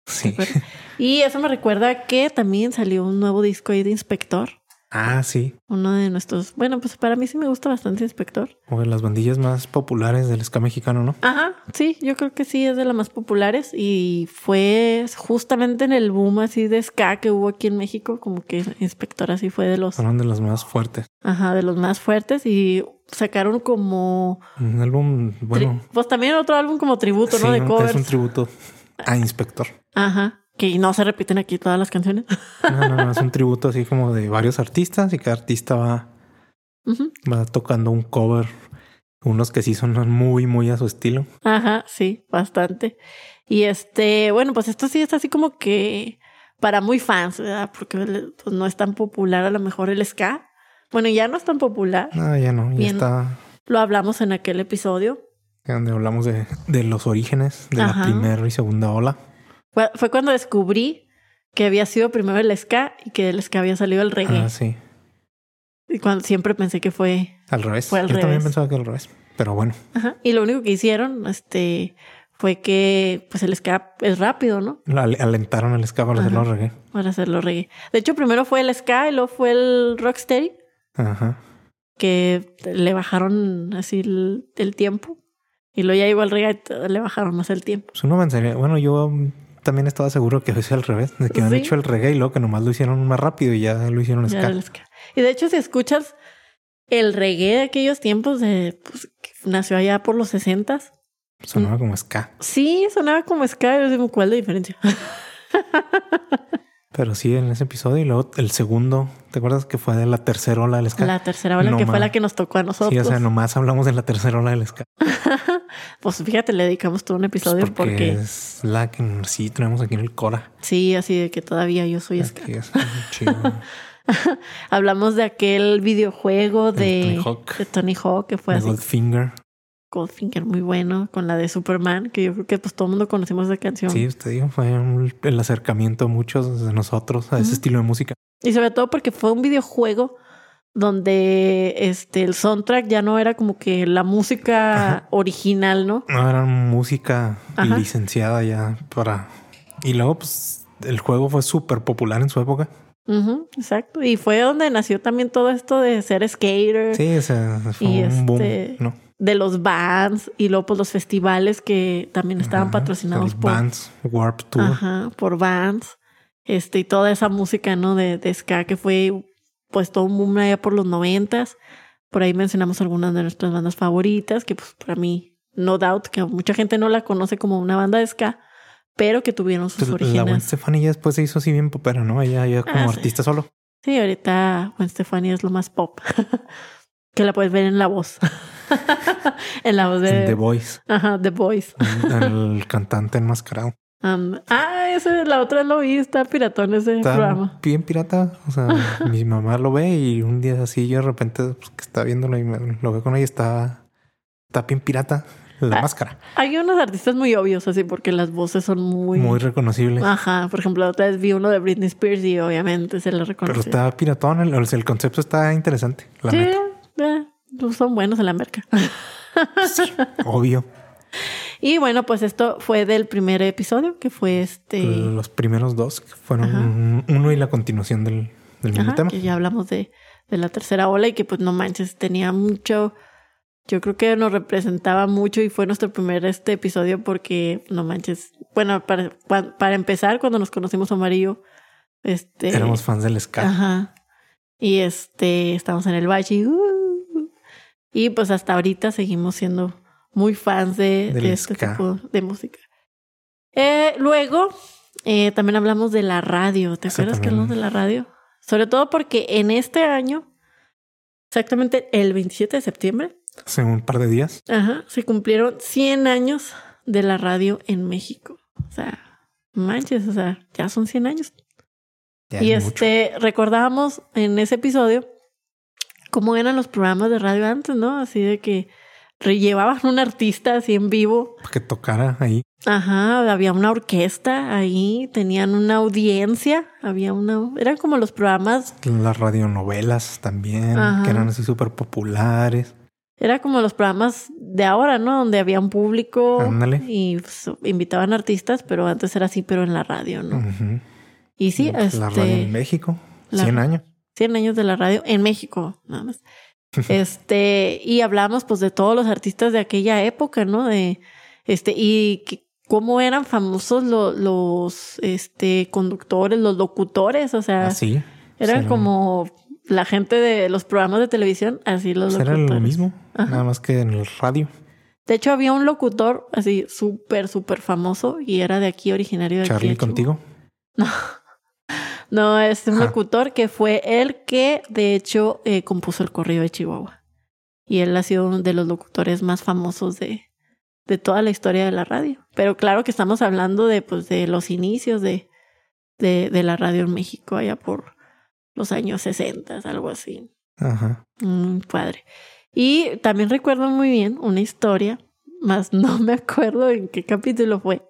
S2: Sí.
S1: acuerdas? Y eso me recuerda que también salió un nuevo disco ahí de Inspector.
S2: Ah, sí.
S1: Uno de nuestros. Bueno, pues para mí sí me gusta bastante Inspector.
S2: O de las bandillas más populares del ska mexicano, ¿no?
S1: Ajá, sí, yo creo que sí es de las más populares y fue justamente en el boom así de ska que hubo aquí en México, como que Inspector así fue de los,
S2: Fueron de las más fuertes.
S1: ajá, de los más fuertes y sacaron como,
S2: Un álbum,
S1: tri-
S2: bueno.
S1: pues también otro álbum como tributo,
S2: sí,
S1: ¿no? De
S2: un- es un
S1: covers.
S2: tributo a Inspector.
S1: Ajá, que no se repiten aquí todas las canciones.
S2: No, no, no, es un tributo así como de varios artistas y cada artista va,
S1: Ujú.
S2: va tocando un cover. Unos que sí son muy, muy a su estilo.
S1: Ajá, sí, bastante. Y este, bueno, pues esto sí es así como que para muy fans, ¿verdad? Porque el- pues, no es tan popular a lo mejor el ska. Bueno, ya no es tan popular.
S2: No, ya no, ya
S1: Bien.
S2: está.
S1: Lo hablamos en aquel episodio.
S2: Donde hablamos de, de los orígenes de
S1: Ajá.
S2: la primera y segunda ola.
S1: Fue, fue cuando descubrí que había sido primero el ska y que del ska había salido el reggae.
S2: Ah, sí.
S1: Y cuando siempre pensé que fue.
S2: Al revés.
S1: Fue al
S2: Yo también
S1: revés.
S2: pensaba que al revés. Pero bueno,
S1: Ajá. Y lo único que hicieron, este, fue que pues el ska es rápido, ¿no?
S2: la- alentaron el ska para
S1: Ajá.
S2: hacerlo reggae.
S1: Para hacerlo reggae. De hecho, primero fue el ska y luego fue el rocksteady.
S2: Ajá.
S1: que le bajaron así el, el tiempo. Y luego ya llegó el reggae, y le bajaron más el tiempo.
S2: Pues uno pensaría, bueno, yo mm, también estaba seguro que es al revés, de que han
S1: Sí.
S2: hecho el reggae y luego que nomás lo hicieron más rápido y ya lo hicieron
S1: Ya
S2: ska.
S1: era el ska. Y de hecho, si escuchas el reggae de aquellos tiempos, de, pues, que nació allá por los 60
S2: Sonaba como ska.
S1: Sí, sonaba como ska, yo digo, ¿cuál es la diferencia?
S2: Pero sí, en ese episodio y luego el segundo, ¿te acuerdas que fue de la tercera ola del ska?
S1: La tercera ola
S2: No
S1: que fue
S2: ma.
S1: la que nos tocó a nosotros.
S2: sí, o sea, nomás hablamos de la tercera ola del ska.
S1: Pues fíjate, le dedicamos todo un
S2: Pues
S1: episodio
S2: porque
S1: porque...
S2: es la que sí tenemos aquí en el Cora.
S1: Sí, así de que todavía yo soy ska.
S2: Aquí es chido.
S1: Hablamos de aquel videojuego de,
S2: Tony Hawk.
S1: de Tony Hawk que fue
S2: De
S1: así
S2: Goldfinger.
S1: Goldfinger muy bueno con la de Superman, que yo creo que pues todo el mundo conocemos esa canción.
S2: Sí, usted dijo, fue un- el acercamiento a muchos de nosotros a ese
S1: Ujú.
S2: estilo de música.
S1: Y sobre todo porque fue un videojuego donde este, el soundtrack ya no era como que la música
S2: Ajá.
S1: original, ¿no?
S2: No, era música
S1: Ajá.
S2: licenciada ya para... Y luego, pues, el juego fue súper popular en su época.
S1: Ujú, exacto. Y fue donde nació también todo esto de ser skater,
S2: Sí, o sea, fue
S1: Y
S2: un boom,
S1: este,
S2: ¿no?
S1: de los bands y luego pues, los festivales que también estaban
S2: Ajá,
S1: patrocinados
S2: el
S1: por,
S2: Vans Warp Tour.
S1: Ajá, por bands. Este, y toda esa música, ¿no? De, de ska que fue pues todo un boom allá por los noventas. Por ahí mencionamos algunas de nuestras bandas favoritas, que pues para mí, no doubt, que mucha gente no la conoce como una banda de ska, pero que tuvieron sus
S2: Entonces, la Gwen
S1: orígenes.
S2: Stefani ya después se hizo así bien popera, ¿no? Ella ya como
S1: Ah, sí.
S2: artista solo.
S1: Sí, ahorita Gwen Stefani es lo más pop. que la puedes ver en la voz. en la voz
S2: en The
S1: de
S2: Voice.
S1: ajá, The Voice.
S2: el cantante enmascarado.
S1: Um, ah, esa es la otra lo vi, está piratón ese
S2: Está
S1: programa.
S2: bien pirata. O sea, mi mamá lo ve y un día así yo de repente pues, que está viéndolo y me- lo veo con ella y está, está bien pirata. La
S1: Ah,
S2: máscara.
S1: Hay unos artistas muy obvios así porque las voces son muy...
S2: Muy, reconocible.
S1: Ajá, por ejemplo, la otra vez vi uno de Britney Spears y obviamente se le reconoce.
S2: pero está piratón. El, o sea, el concepto está interesante. La
S1: Sí,
S2: neta.
S1: eh, pues son buenos en la merca.
S2: Obvio.
S1: Y bueno, pues esto fue del primer episodio, que fue este...
S2: Los primeros dos que fueron uno y la continuación del, del mismo
S1: Ajá,
S2: tema.
S1: que ya hablamos de, de la tercera ola y que pues no manches, tenía mucho, yo creo que nos representaba mucho y fue nuestro primer este episodio porque no manches, bueno, para, cuan- para empezar, cuando nos conocimos Omar y yo, este...
S2: Éramos fans del ska.
S1: Ajá. Y este, estamos en el valle. y, uh, y pues hasta ahorita seguimos siendo muy fans de,
S2: Del
S1: de este
S2: ska.
S1: tipo de música. Eh, luego, eh, también hablamos de la radio. ¿Te
S2: Eso
S1: acuerdas que
S2: también.
S1: hablamos de la radio? Sobre todo porque en este año, exactamente el 27 de septiembre,
S2: Hace un par de días.
S1: ajá, se cumplieron 100 años de la radio en México. O sea, manches, o sea, ya son 100 años.
S2: Ya
S1: Y
S2: es mucho.
S1: este, recordábamos en ese episodio cómo eran los programas de radio antes, ¿no? Así de que re- llevaban un artista así en vivo.
S2: Para que tocara ahí.
S1: Ajá, había una orquesta ahí, tenían una audiencia, había una... Eran como los programas,
S2: Las radionovelas también,
S1: Ajá.
S2: que eran así súper populares.
S1: era como los programas de ahora, ¿no? Donde había un público
S2: Ándale.
S1: y pues, invitaban artistas, pero antes era así, pero en la radio, ¿no?
S2: Ujú.
S1: Y sí,
S2: Pues,
S1: este...
S2: La radio Mm. en México,
S1: la-
S2: 100 años.
S1: 100 años de la radio en México, nada más. Este, y hablamos pues de todos los artistas de aquella época, ¿no? De este y que- cómo eran famosos lo- los este conductores, los locutores, o sea,
S2: Así.
S1: eran
S2: Ah, sí.
S1: como la gente de los programas de televisión, así los
S2: Pues era
S1: locutores.
S2: lo mismo,
S1: Ajá.
S2: nada más que en el radio.
S1: De hecho había un locutor así súper súper famoso y era de aquí originario de aquí
S2: Charlie
S1: de Chihuahua.
S2: contigo.
S1: No, es un
S2: Ajá.
S1: locutor que fue el que, de hecho, eh, compuso el corrido de Chihuahua. Y él ha sido uno de los locutores más famosos de, de toda la historia de la radio. Pero claro que estamos hablando de, pues, de los inicios de, de, de la radio en México, allá por los años 60, algo así.
S2: Ajá.
S1: Mm, padre. Y también recuerdo muy bien una historia, más no me acuerdo en qué capítulo fue,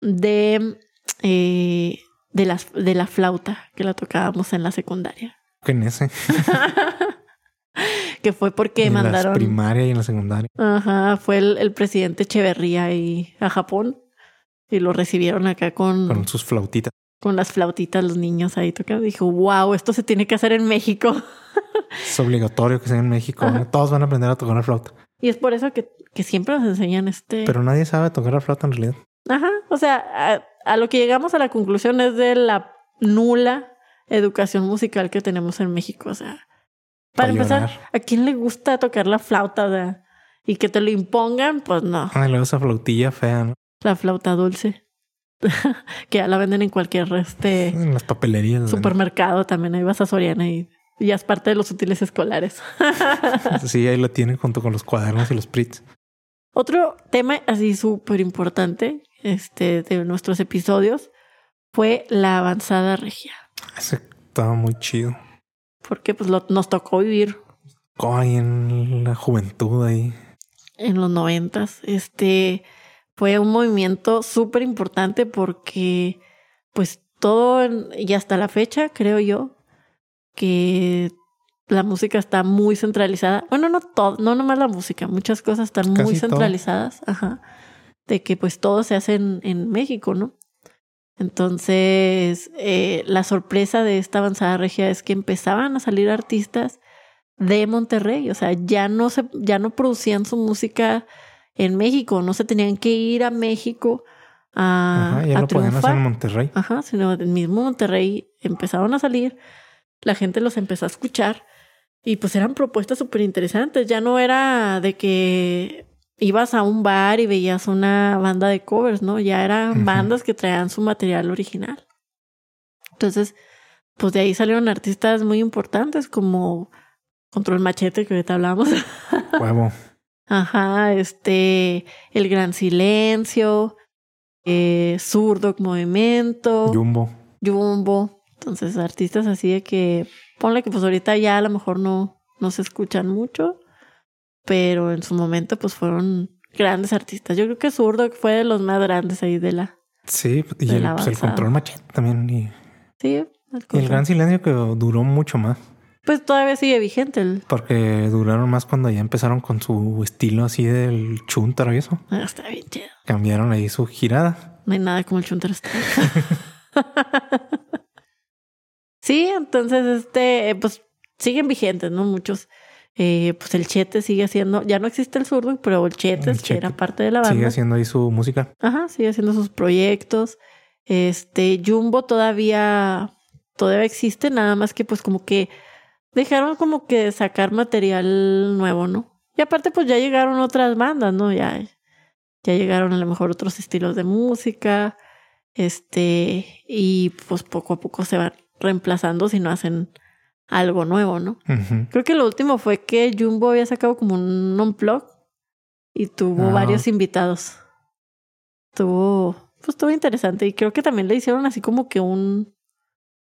S1: de, eh, de, las, de la flauta que la tocábamos en la secundaria.
S2: Que en ese.
S1: que fue porque
S2: en
S1: mandaron...
S2: la primaria y en la secundaria.
S1: Ajá, fue el, el presidente Echeverría ahí a Japón y lo recibieron acá con,
S2: Con
S1: con...
S2: sus flautitas.
S1: las flautitas los niños ahí tocando. Dijo, wow, esto se tiene que hacer en México.
S2: Es obligatorio que sea en México.
S1: Ajá.
S2: ¿no? Todos van a aprender a tocar la flauta.
S1: Y es por eso que, que siempre nos enseñan este...
S2: Pero nadie sabe tocar la flauta en realidad.
S1: Ajá, o sea, a, a lo que llegamos a la conclusión es de la nula educación musical que tenemos en México. O sea, para
S2: Pa'
S1: empezar,
S2: llorar.
S1: ¿a quién le gusta tocar la flauta? O sea, y que te lo impongan, pues no,
S2: Ay, luego esa flautilla fea, ¿no?
S1: la flauta dulce, que ya la venden en cualquier este,
S2: En las papelerías. ¿no?
S1: supermercado también, ahí vas a Soriana y y ya es parte de los útiles escolares.
S2: Sí, ahí lo tienen junto con los cuadernos y los prits.
S1: Otro tema así súper importante este, de nuestros episodios fue la avanzada regia.
S2: Ese estaba muy chido.
S1: porque pues lo- nos tocó vivir
S2: Tocó ahí en la juventud ahí.
S1: en los noventas. Este fue un movimiento súper importante porque pues todo en- y hasta la fecha creo yo que la música está muy centralizada. Bueno, no todo, no nomás la música, muchas cosas están muy
S2: Casi todo.
S1: centralizadas. Ajá. De que pues todo se hace en, en México, ¿no? Entonces, eh, la sorpresa de esta avanzada regia es que empezaban a salir artistas de Monterrey. O sea, ya no se, ya no producían su música en México, no se tenían que ir a México a,
S2: Ajá, ya
S1: Ah, a
S2: lo podían hacer
S1: triunfar.
S2: en Monterrey.
S1: Ajá, sino del mismo Monterrey empezaron a salir, la gente los empezó a escuchar y pues eran propuestas súper interesantes. Ya no era de que ibas a un bar y veías una banda de covers, ¿no? Ya eran
S2: Ujú.
S1: bandas que traían su material original. Entonces, pues de ahí salieron artistas muy importantes como Control Machete, que ahorita hablamos.
S2: Huevo.
S1: Ajá, este, El Gran Silencio, eh, Zurdok Movimiento.
S2: Jumbo.
S1: Jumbo. Entonces, artistas así de que ponle que pues ahorita ya a lo mejor no, no se escuchan mucho, pero en su momento pues fueron grandes artistas. Yo creo que Zurdo fue de los más grandes ahí de la...
S2: Sí, y
S1: Del
S2: el, pues, el
S1: avanzado.
S2: control machete también. Y,
S1: Sí, el
S2: y el
S1: control.
S2: gran silencio que duró mucho más.
S1: Pues todavía sigue vigente el...
S2: Porque duraron más cuando ya empezaron con su estilo así del chuntaro y eso.
S1: Ah, Está bien chido.
S2: Cambiaron ahí su girada.
S1: No hay nada como el Chunter sí, entonces este, eh, pues siguen vigentes, ¿no? Muchos. Eh, pues el Chete sigue haciendo, ya no existe el zurdo, pero el Chete,
S2: El
S1: que era
S2: Chete
S1: parte de la
S2: Sigue
S1: banda.
S2: haciendo ahí su música.
S1: Ajá, sigue haciendo sus proyectos. Este, Jumbo todavía, todavía existe, nada más que pues como que dejaron como que sacar material nuevo, ¿no? Y aparte pues ya llegaron otras bandas, ¿no? Ya, ya llegaron a lo mejor otros estilos de música, este, y pues poco a poco se van reemplazando si no hacen algo nuevo, ¿no?
S2: Ujú.
S1: Creo que lo último fue que Jumbo había sacado como un unplug y tuvo
S2: Ah.
S1: varios invitados. Tuvo, pues estuvo interesante y creo que también le hicieron así como que un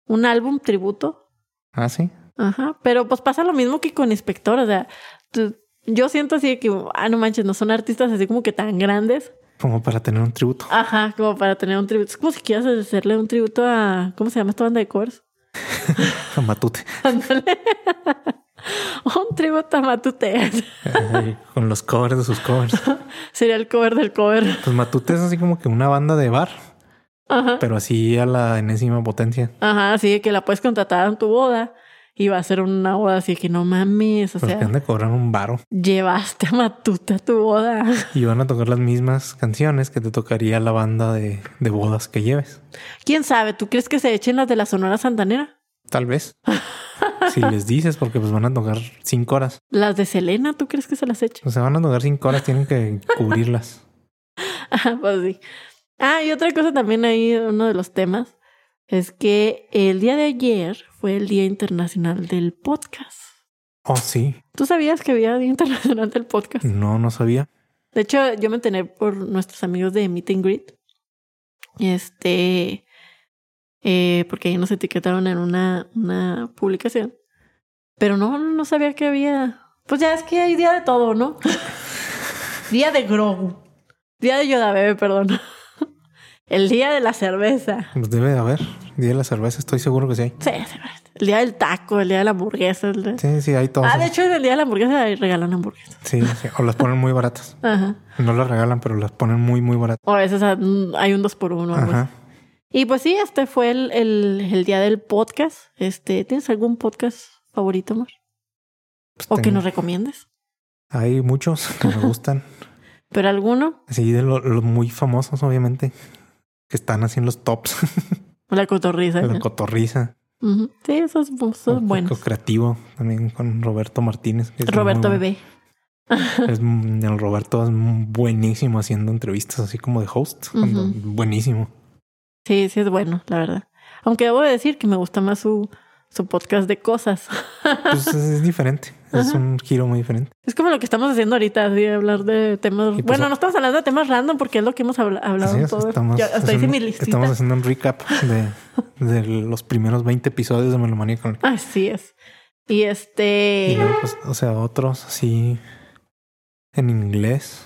S1: un álbum tributo.
S2: Ah, sí.
S1: Ajá, pero pues pasa lo mismo que con Inspector, o sea, tú- yo siento así de que, ah, no manches, no son artistas así como que tan grandes.
S2: Como para tener un tributo.
S1: Ajá, como para tener un tributo. Es como si quieras hacerle un tributo a, ¿cómo se llama esta banda de covers?
S2: A Matute.
S1: Ándale. un tributo a Matute.
S2: Ay, con los covers de sus covers.
S1: Sería el cover del cover.
S2: Pues Matute es así como que una banda de bar,
S1: Ajá.
S2: pero así a la enésima potencia.
S1: Ajá, así de que la puedes contratar en tu boda y va a ser una boda así de que no mames, o
S2: Los que han
S1: sea,
S2: de cobrar un baro
S1: llevaste a Matute a tu boda.
S2: y van a tocar las mismas canciones que te tocaría la banda de, de bodas que lleves.
S1: ¿Quién sabe? ¿Tú crees que se echen las de la Sonora Santanera?
S2: Tal vez. si les dices, porque pues van a tocar cinco horas.
S1: ¿Las de Selena? ¿Tú crees que se las echen?
S2: O sea, van a tocar cinco horas, tienen que cubrirlas.
S1: Ajá, pues sí. Ah, y otra cosa también ahí, uno de los temas, es que el día de ayer fue el Día Internacional del Podcast.
S2: Oh, sí.
S1: ¿Tú sabías que había Día Internacional del Podcast?
S2: No, no sabía.
S1: De hecho, yo me enteré por nuestros amigos de Meet and Greet. Este. eh, porque ahí nos etiquetaron en una, una publicación. Pero no, no sabía que había. Pues ya es que hay día de todo, ¿no? día de Grogu. Día de Yoda Bebe, perdón. El día de la cerveza.
S2: Pues debe de haber. Día de la cerveza, estoy seguro que sí hay.
S1: Sí, sí, el día del taco, el día de la hamburguesa. el de-
S2: Sí, sí, hay todo.
S1: Ah, de hecho, en el día de la hamburguesa regalan hamburguesas.
S2: Sí, sí. O las ponen muy baratas.
S1: Ajá.
S2: No las regalan, pero las ponen muy, muy baratas.
S1: O a veces ah, mm, hay un dos por uno. algo así.
S2: Ajá.
S1: Y pues sí, este fue el, el, el día del podcast. Este, ¿tienes algún podcast favorito, Mar?
S2: Pues
S1: O que
S2: tengo-
S1: nos recomiendes.
S2: Hay muchos que me gustan.
S1: Pero alguno,
S2: Así de lo- los muy famosos, obviamente. Que están así en los tops.
S1: la cotorriza.
S2: la
S1: ¿no?
S2: cotorriza.
S1: Ujú. Sí, esos, esos
S2: Un
S1: buenos.
S2: poco creativo. También con Roberto Martínez. que es
S1: Roberto
S2: muy bueno.
S1: Bebé.
S2: Es, mm, el Roberto es muy buenísimo haciendo entrevistas así como de host. cuando-
S1: Ujú.
S2: Buenísimo.
S1: Sí, sí es bueno, la verdad. Aunque debo de decir que me gusta más su, su podcast de cosas.
S2: Pues es, es diferente. Es
S1: Ajá.
S2: un giro muy diferente.
S1: Es como lo que estamos haciendo ahorita, así, hablar de temas...
S2: Y pues,
S1: bueno,
S2: a-
S1: no estamos hablando de temas random porque es lo que hemos habla- hablado
S2: Así es,
S1: todo.
S2: estamos,
S1: Yo hasta hice
S2: haciendo,
S1: mi listita.
S2: estamos haciendo un recap de, de los primeros 20 episodios de Melomanía con
S1: Así es. Y
S2: y
S1: este...
S2: luego, pues, o sea, otros así en inglés.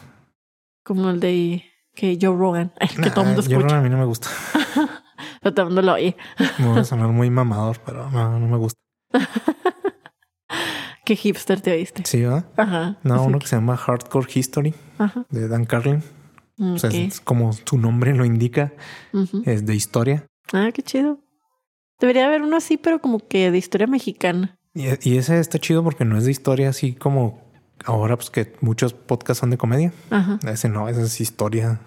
S1: Como el de... Que Joe Rogan, el que todo el mundo
S2: Nah, yo
S1: escucha.
S2: no, a mí no me gusta.
S1: Pero todo el mundo lo oye.
S2: Me voy a sonar muy mamador, pero no, no me gusta.
S1: Qué hipster te oíste.
S2: Sí, ¿verdad?
S1: Ajá.
S2: No,
S1: Así
S2: uno
S1: que-
S2: que se llama Hardcore History
S1: Ajá.
S2: de Dan Carlin. O sea,
S1: ok.
S2: pues es eh. como su nombre lo indica,
S1: Ujú.
S2: es de historia.
S1: Ah, qué chido. Debería haber uno así, pero como que de historia mexicana.
S2: Y, y ese está chido porque no es de historia así como ahora, pues que muchos podcasts son de comedia.
S1: Ajá.
S2: Ese no, ese es historia.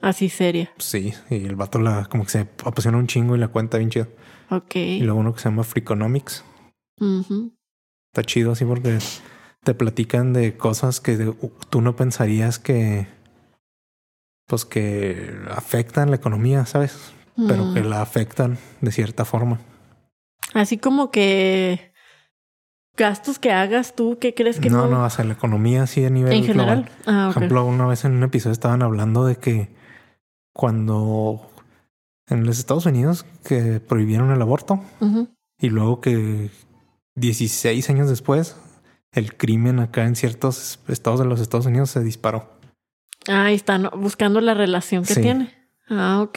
S1: Así seria.
S2: Sí, y el vato la como que se apasiona un chingo y la cuenta bien chido.
S1: Ok.
S2: Y luego uno que se llama Freakonomics.
S1: Ujú.
S2: Está chido así porque te platican de cosas que de- u- tú no pensarías que pues que afectan la economía, ¿sabes? Pero
S1: Mm.
S2: que la afectan de cierta forma.
S1: Así como que gastos que hagas tú, ¿qué crees que
S2: No,
S1: no?
S2: no, hacia la economía así a nivel
S1: en general.
S2: global.
S1: Ah, ok.
S2: Por ejemplo, una vez en un episodio estaban hablando de que cuando en los Estados Unidos que prohibieron el aborto
S1: Ujú.
S2: y luego que 16 años después el crimen acá en ciertos estados de los Estados Unidos se disparó.
S1: Ah, y están buscando la relación que
S2: Sí.
S1: tiene. Ah, ok.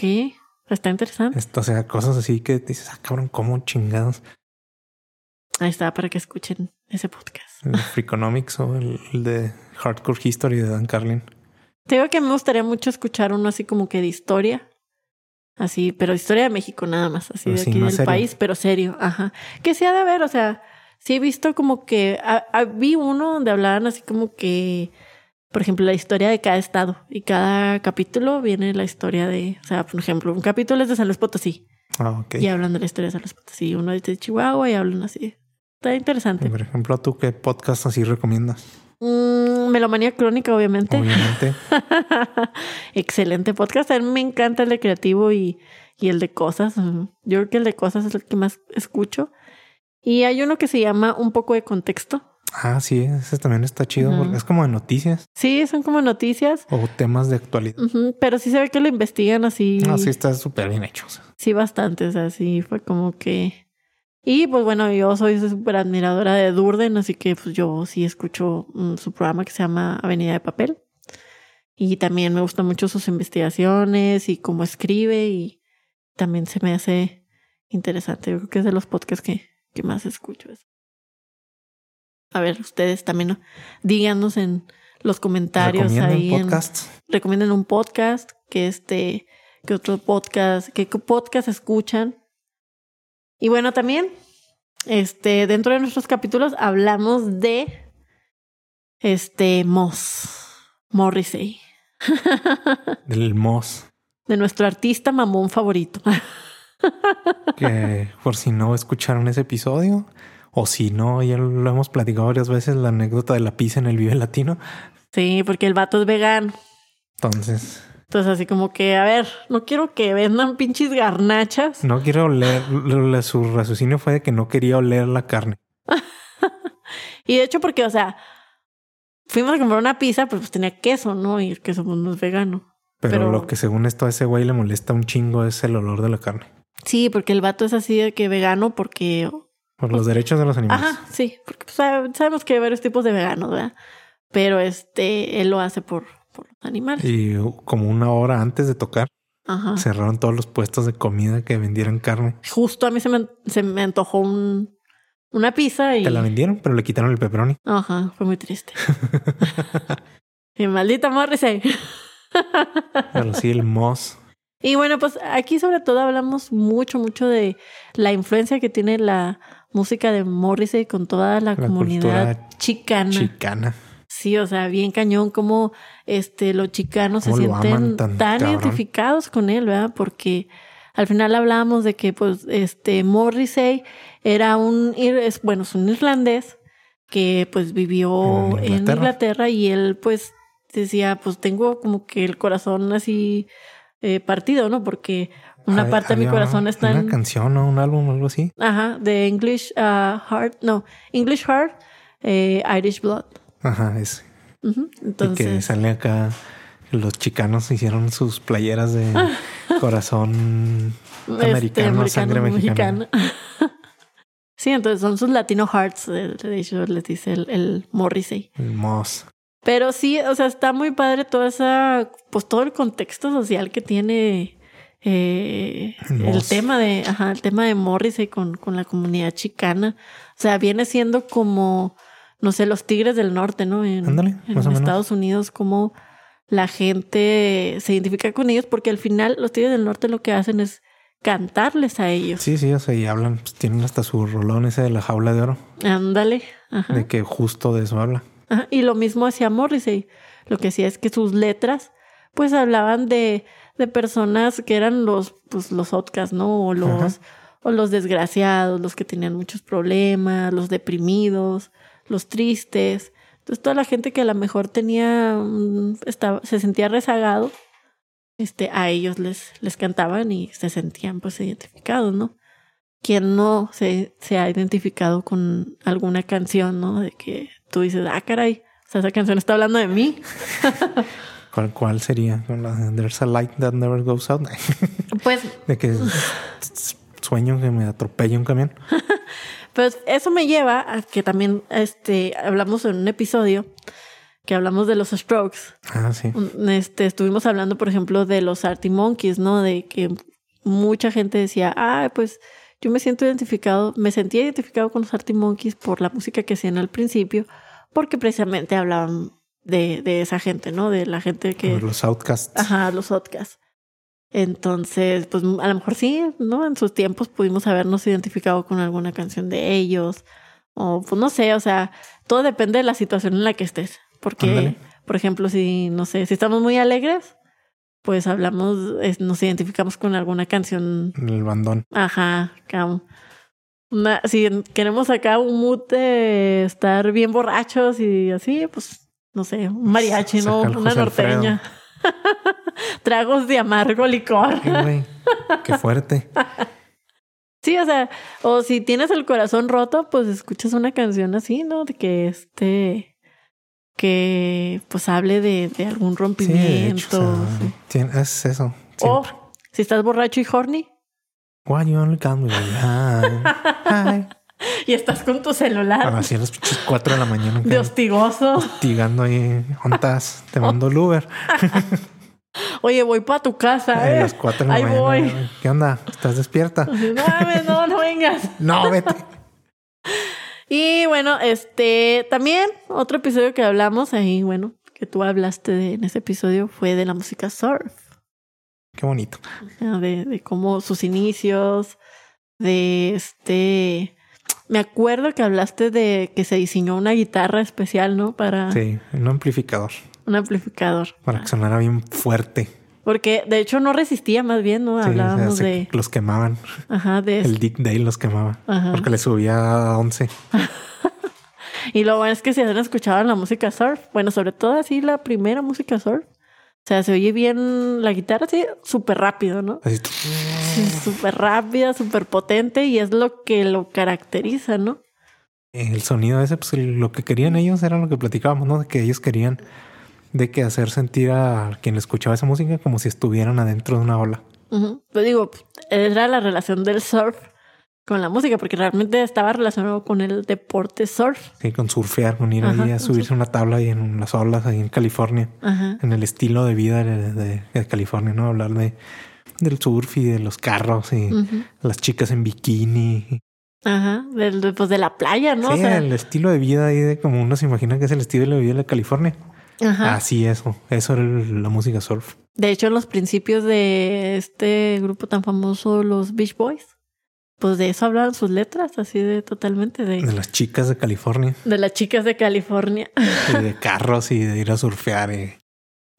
S1: Está interesante.
S2: Esto, o sea, cosas así que dices, ah, cabrón, cómo chingados.
S1: Ahí está para que escuchen ese podcast.
S2: El de Freakonomics o el, el de Hardcore History de Dan Carlin.
S1: Te digo que me gustaría mucho escuchar uno así como que de historia. Así, pero historia de México nada más, así de
S2: Sí,
S1: aquí
S2: más
S1: del
S2: serio.
S1: país, pero serio, ajá. Que sea de haber, o sea, sí he visto como que a- a- vi uno donde hablaban así como que, por ejemplo, la historia de cada estado y cada capítulo viene la historia de, o sea, por ejemplo, un capítulo es de San Luis Potosí
S2: Ah, ok.
S1: y hablan de la historia de San Luis Potosí, uno es de Chihuahua y hablan así. Está interesante.
S2: Por ejemplo, ¿tú qué podcast así recomiendas?
S1: Mm, Melomanía crónica, obviamente.
S2: Obviamente.
S1: Excelente podcast. A mí me encanta el de creativo y, y el de cosas. Yo creo que el de cosas es el que más escucho. Y hay uno que se llama Un poco de contexto.
S2: Ah, sí, ese también está chido
S1: Ujú.
S2: porque es como de noticias
S1: Sí, son como noticias,
S2: o temas de actualidad.
S1: ujú, pero sí se ve que lo investigan así.
S2: Ah, sí, está súper bien hecho. o sea.
S1: Sí, bastante. O sea, sí, fue como que. Y pues bueno, yo soy súper admiradora de Durden, así que pues yo sí escucho mm, su programa que se llama Avenida de Papel. Y también me gustan mucho sus investigaciones y cómo escribe y también se me hace interesante. Yo creo que es de los podcasts que, que más escucho. eso. A ver, ustedes también ¿no? díganos en los comentarios ahí
S2: ¿Recomiendan
S1: en,
S2: podcasts?
S1: recomienden un podcast, que este, que otro podcast, que qué podcast escuchan. Y bueno, también, este, dentro de nuestros capítulos hablamos de este Moss, Morrissey,
S2: Del Moss.
S1: de nuestro artista mamón favorito.
S2: Que por si no escucharon ese episodio o si no, ya lo hemos platicado varias veces la anécdota de la pizza en el Vive Latino.
S1: Sí, porque el vato es vegano.
S2: Entonces,
S1: Entonces, así como que, a ver, no quiero que vendan pinches garnachas.
S2: no quiero oler. lo- lo- Su raciocinio fue de que no quería oler la carne.
S1: Y de hecho, porque, o sea, fuimos a comprar una pizza, pero pues tenía queso, ¿no? Y el queso pues, no es vegano.
S2: Pero,
S1: Pero-
S2: lo que según esto a ese güey le molesta un chingo es el olor de la carne.
S1: Sí, porque el vato es así de que vegano porque...
S2: Por los derechos de los animales.
S1: Ajá, sí, porque pues, sab- sabemos que hay varios tipos de veganos, ¿verdad? Pero este, él lo hace por, por los animales.
S2: Y como una hora antes de tocar,
S1: Ajá.
S2: cerraron todos los puestos de comida que vendieran carne.
S1: Justo a mí se me, an- se me antojó un, una pizza y...
S2: Te la vendieron, pero le quitaron el pepperoni.
S1: Ajá, fue muy triste. y maldita Morrissey.
S2: Pero sí, el Moss.
S1: Y bueno, pues aquí sobre todo hablamos mucho, mucho de la influencia que tiene la música de Morrissey con toda la,
S2: La
S1: comunidad
S2: cultura
S1: chicana.
S2: Chicana.
S1: Sí, o sea, bien cañón como este los chicanos se
S2: Cómo lo
S1: sienten
S2: aman
S1: tan,
S2: tan cabrón.
S1: identificados con él, ¿verdad? Porque al final hablábamos de que pues este Morrissey era un ir- es bueno, es un irlandés que pues vivió
S2: En
S1: en Inglaterra.
S2: Inglaterra.
S1: y él pues decía, pues tengo como que el corazón así eh, partido, ¿no? Porque una
S2: Hay-
S1: parte de mi
S2: había
S1: corazón está
S2: Una
S1: en
S2: canción o un álbum o algo así.
S1: ajá, de English ah, Heart, no, English Heart, eh, Irish Blood.
S2: Ajá, es.
S1: Ujú,
S2: Y que
S1: Entonces,
S2: sale acá. Los chicanos hicieron sus playeras de
S1: Ah.
S2: corazón
S1: este,
S2: americano, sangre mexicana.
S1: mexicana. sí, entonces son sus Latino Hearts, de de hecho les dice el, el Morrissey.
S2: El Moss.
S1: Pero sí, o sea, está muy padre toda esa, pues todo el contexto social que tiene eh, el
S2: Moss.
S1: tema de, eh, ajá, el tema de Morrissey con, con la comunidad chicana. O sea, viene siendo como no sé, los tigres del norte, ¿no? En,
S2: Ándale,
S1: en
S2: más o menos.
S1: Estados Unidos, cómo la gente se identifica con ellos, porque al final los tigres del norte lo que hacen es cantarles a ellos.
S2: Sí, sí, o sea, y hablan, pues, tienen hasta su rolón ese de la jaula de oro,
S1: Ándale. Ajá.
S2: de que justo de eso habla.
S1: Ajá, Y lo mismo hacía Morrissey. Lo que hacía es que sus letras, pues hablaban de, de personas que eran los, pues, los outcasts, ¿no? O los, o los desgraciados, los que tenían muchos problemas, los deprimidos, los tristes. Entonces, toda la gente que a lo mejor tenía, mm, estaba, se sentía rezagado, este, a ellos les, les cantaban y se sentían, pues, identificados, ¿no? quien no se, se ha identificado con alguna canción, ¿no? De que tú dices, ah, caray, o sea, esa canción está hablando de mí.
S2: ¿Cuál, cuál sería? Con la de There's a light that never goes out.
S1: Pues,
S2: De que sueño que me atropella un camión.
S1: pues eso me lleva a que también este, hablamos en un episodio que hablamos de los strokes.
S2: Ah, sí.
S1: Un- Este, estuvimos hablando, por ejemplo, de los Artimonkeys, ¿no? De que mucha gente decía, ah, pues yo me siento identificado, me sentía identificado con los Artimonkeys por la música que hacían al principio, porque precisamente hablaban de, de esa gente, ¿no? De la gente que...
S2: Los outcasts.
S1: Ajá, los podcasts. Entonces, pues a lo mejor sí, ¿no? En sus tiempos pudimos habernos identificado con alguna canción de ellos. O pues no sé, o sea, todo depende de la situación en la que estés. Porque,
S2: Ándale.
S1: por ejemplo, si, no sé, si estamos muy alegres, pues hablamos, es- nos identificamos con alguna canción
S2: El bandón.
S1: Ajá, acá. Una, si queremos acá un mood de estar bien borrachos y así, pues no sé, un mariachi, ¿no?
S2: Saca el
S1: Una
S2: José Alfredo.
S1: norteña. Tragos de amargo licor.
S2: Ay, güey, Qué fuerte.
S1: Sí, o sea, o si tienes el corazón roto, pues escuchas una canción así, ¿no? De que este, que pues hable de, de algún
S2: Sí, de
S1: rompimiento.
S2: hecho, o sea,
S1: sí. Oh.
S2: tien- es eso.
S1: O
S2: siempre.
S1: si estás borracho y horny
S2: Why you only come with a hi?
S1: y estás con tu celular
S2: Así a las pinches cuatro de la mañana.
S1: de
S2: acá,
S1: hostigoso.
S2: Hostigando ahí. Ontas. Te mando el Uber.
S1: Oye, voy para tu casa,
S2: A
S1: ¿eh?
S2: las cuatro de la
S1: Ahí
S2: mañana.
S1: voy.
S2: ¿Qué onda? ¿Estás despierta?
S1: No, mames, no, no vengas.
S2: No, vete.
S1: Y bueno, este también otro episodio que hablamos ahí, bueno, que tú hablaste de- en ese episodio fue de la música surf,
S2: Qué bonito.
S1: ¿no? de, de cómo sus inicios, de este. Me acuerdo que hablaste de que se diseñó una guitarra especial, ¿no? Para
S2: Sí, un amplificador
S1: un amplificador.
S2: para que sonara bien fuerte.
S1: Porque de hecho no resistía, más bien, ¿no?
S2: Sí, o sea,
S1: Hablábamos
S2: se-
S1: de.
S2: Los quemaban.
S1: Ajá, de
S2: El Dick Dale los quemaba.
S1: Ajá.
S2: Porque le subía a 11.
S1: Y lo bueno es que si han escuchado la música surf, bueno, sobre todo así la primera música surf, o sea, se oye bien la guitarra así súper rápido, ¿no?
S2: Así, tú-
S1: Sí, Súper rápida, súper potente y es lo que lo caracteriza, ¿no?
S2: el sonido ese, pues el- lo que querían ellos era lo que platicábamos, ¿no? De que ellos querían de que hacer sentir a quien escuchaba esa música como si estuvieran adentro de una ola.
S1: Ujú. Pues digo, era la relación del surf con la música, porque realmente estaba relacionado con el deporte surf.
S2: Sí, con surfear, con ir ahí
S1: Ajá,
S2: a subirse a una tabla y en las olas ahí en California,
S1: Ajá.
S2: en el estilo de vida de, de- de California, ¿no? Hablar de del surf y de los carros y
S1: Ujú.
S2: las chicas en bikini.
S1: Ajá. Del- de- pues de la playa, ¿no?
S2: sí,
S1: o sea,
S2: el estilo de vida ahí de como uno se imagina que es el estilo de vida de California.
S1: ajá.
S2: Así eso, eso era el- la música surf.
S1: De hecho, en los principios de este grupo tan famoso, los Beach Boys, pues de eso hablaban sus letras, así de totalmente
S2: De
S1: de,
S2: las chicas de California
S1: de las chicas de California.
S2: y de carros y de ir a surfear. y-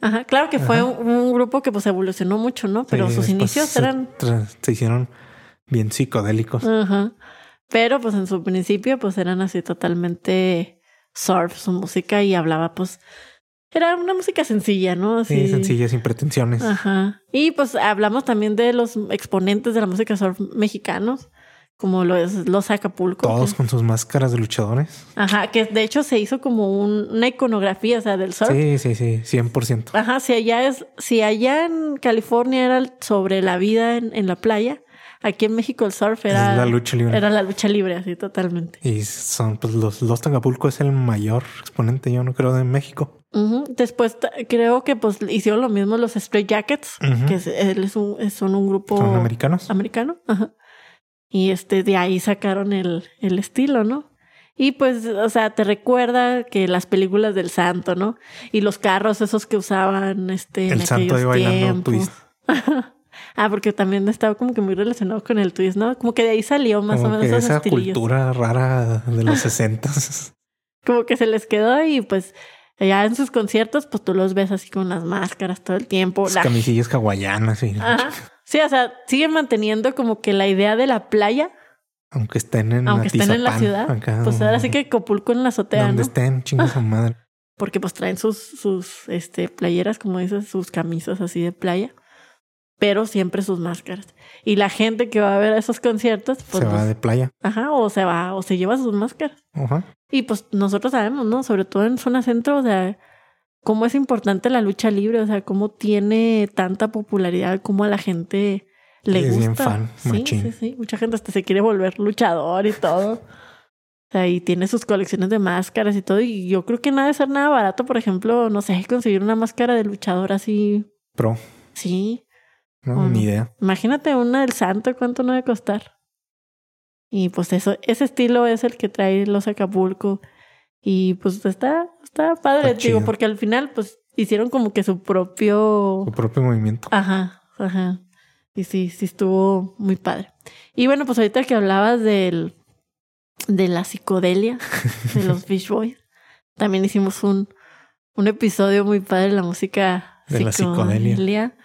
S1: Ajá, claro que fue
S2: Ajá.
S1: un, un grupo que pues evolucionó mucho, ¿no? Pero
S2: sí,
S1: sus
S2: después
S1: inicios
S2: se
S1: eran, Ah,
S2: tra- Se, hicieron bien psicodélicos.
S1: ajá. Pero pues en su principio pues eran así totalmente surf su música y hablaba pues era una música sencilla, ¿no?
S2: Sí,
S1: Así
S2: sencillas, sin pretensiones.
S1: Ajá. Y pues hablamos también de los exponentes de la música surf mexicanos, como lo es los Acapulco.
S2: Todos
S1: que-
S2: con sus máscaras de luchadores.
S1: Ajá, que de hecho se hizo como un- una iconografía, o sea, del surf.
S2: Sí, sí, sí, 100%.
S1: Ajá, si allá es, si allá en California era el- sobre la vida en, en la playa, aquí en México el surf era
S2: es la lucha libre.
S1: Era la lucha libre, así totalmente.
S2: Y son, pues, los Los Acapulco es el mayor exponente, yo no creo, de México.
S1: Ujú. Después ta- creo que pues hicieron lo mismo los Straight Jackets,
S2: Ujú.
S1: que es, él es un, es- son un grupo
S2: Son americanos.
S1: americano. Ajá. Y este, de ahí sacaron el, el estilo, ¿no? Y pues, o sea, te recuerda que las películas del santo, ¿no? Y los carros esos que usaban este, en
S2: El santo ahí
S1: aquellos
S2: bailando pues,
S1: tiempos.
S2: twist.
S1: Ah, porque también estaba como que muy relacionado con el twist, ¿no? Como que de ahí salió más
S2: Como
S1: o menos
S2: que
S1: esos
S2: esa
S1: estilillos.
S2: cultura rara de los sesentas.
S1: Como que se les quedó y pues ya en sus conciertos, pues tú los ves así con las máscaras todo el tiempo.
S2: Las
S1: la- Ah.
S2: camisillas hawaianas. y-
S1: Ajá. Sí, o sea, siguen manteniendo como que la idea de la playa,
S2: Aunque estén en
S1: aunque estén en la
S2: Atizapán,
S1: ciudad.
S2: acá,
S1: pues ahora sí que Copulco en la azotea,
S2: Donde
S1: ¿no? Ah,
S2: estén, chinga su madre.
S1: Porque pues traen sus, sus este, playeras, como dices, sus camisas así de playa, pero siempre sus máscaras. Y la gente que va a ver a esos conciertos, pues,
S2: se va
S1: pues,
S2: de playa.
S1: ajá, o se va, o se lleva sus máscaras.
S2: Ajá.
S1: Y pues nosotros sabemos, ¿no? Sobre todo en zona centro, o sea, cómo es importante la lucha libre, o sea, cómo tiene tanta popularidad, cómo a la gente le
S2: Es
S1: gusta.
S2: bien fan,
S1: sí,
S2: machín.
S1: sí, sí. Mucha gente hasta se quiere volver luchador y todo. O sea, y tiene sus colecciones de máscaras y todo. Y yo creo que nada de ser nada barato, por ejemplo, no sé, conseguir una máscara de luchador así.
S2: Pro,
S1: Sí.
S2: no,
S1: Ujú.
S2: ni idea.
S1: Imagínate una del santo, ¿cuánto no debe costar? Y pues eso, ese estilo es el que trae los Acapulco. Y pues está, está padre,
S2: Está
S1: digo,
S2: chido.
S1: porque al final, pues, hicieron como que su propio.
S2: Su propio
S1: Ah,
S2: movimiento.
S1: Ajá, ajá. Y sí, sí estuvo muy padre. Y bueno, pues ahorita que hablabas del de la psicodelia de los Beach Boys, también hicimos un, un episodio muy padre de la música
S2: De la psicodelia.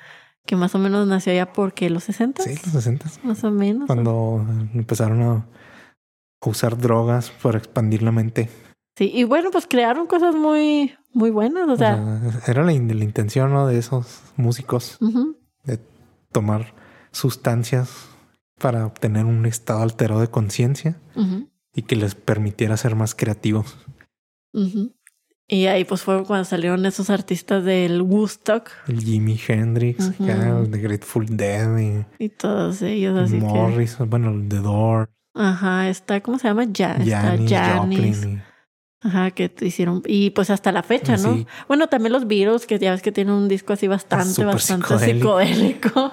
S1: que más o menos nació allá porque los 60
S2: Sí, los sesentas.
S1: más o menos.
S2: Cuando
S1: pues.
S2: empezaron a a usar drogas para expandir la mente.
S1: Sí, y bueno, pues crearon cosas muy muy buenas, o
S2: O
S1: sea,
S2: sea, era la, in- la intención ¿no? de esos músicos
S1: ujú.
S2: tomar sustancias para obtener un estado alterado de conciencia
S1: Ujú,
S2: y que les permitiera ser más creativos.
S1: ujú. Y ahí pues fue cuando salieron esos artistas del Woodstock
S2: El Jimi Hendrix,
S1: Ujú.
S2: acá, el de Grateful Dead, y
S1: y todos ellos así que
S2: Morris, bueno, el The Door,
S1: Ajá, está, ¿cómo se llama? Ya, está
S2: Janis,
S1: Janis.
S2: Joplin. y-
S1: Ajá, que te hicieron. Y pues hasta la fecha, ¿no?
S2: Sí.
S1: Bueno, también los Beatles, que ya ves que tienen un disco así bastante,
S2: Súper
S1: bastante
S2: psicodélico.
S1: psicodélico.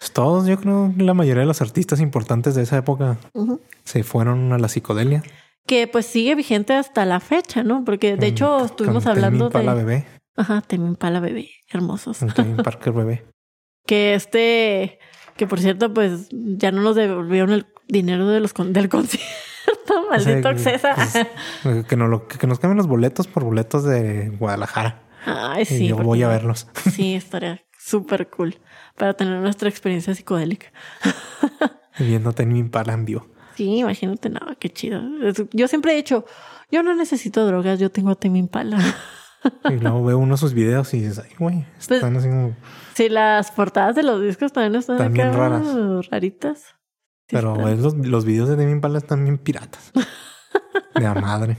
S2: pues, Todos, yo creo, la mayoría de los artistas importantes de esa época
S1: Ujú.
S2: se fueron a la psicodelia.
S1: Que pues sigue vigente hasta la fecha, ¿no? Porque de hecho
S2: Mm, Con-
S1: estuvimos
S2: con Tame
S1: hablando
S2: Impala
S1: de.
S2: bebé,
S1: Ajá, Temin Pala Bebé, hermosos.
S2: con Tame Parker bebé.
S1: Que este, que por cierto, pues ya no nos devolvieron el dinero de los con- del concierto, maldito
S2: O sea,
S1: Accesa.
S2: pues, que, nos lo- que nos cambien los boletos por boletos de Guadalajara.
S1: Ay,
S2: y
S1: sí.
S2: eh, yo
S1: porque
S2: voy a
S1: no-
S2: verlos.
S1: Sí, estaría súper cool para tener nuestra experiencia psicodélica.
S2: Viendo Tame Impala en vivo.
S1: Sí, imagínate, no, qué chido. Es- Yo siempre he dicho, yo no necesito drogas, yo tengo a Tame Impala.
S2: Y luego veo uno de sus videos y dices, ay, güey, están así como...
S1: Pues Sí, las portadas de los discos también están
S2: También
S1: acá,
S2: raras.
S1: raritas. Sí
S2: Pero
S1: están.
S2: ves los, los videos de Tame Impala están bien piratas. De la madre.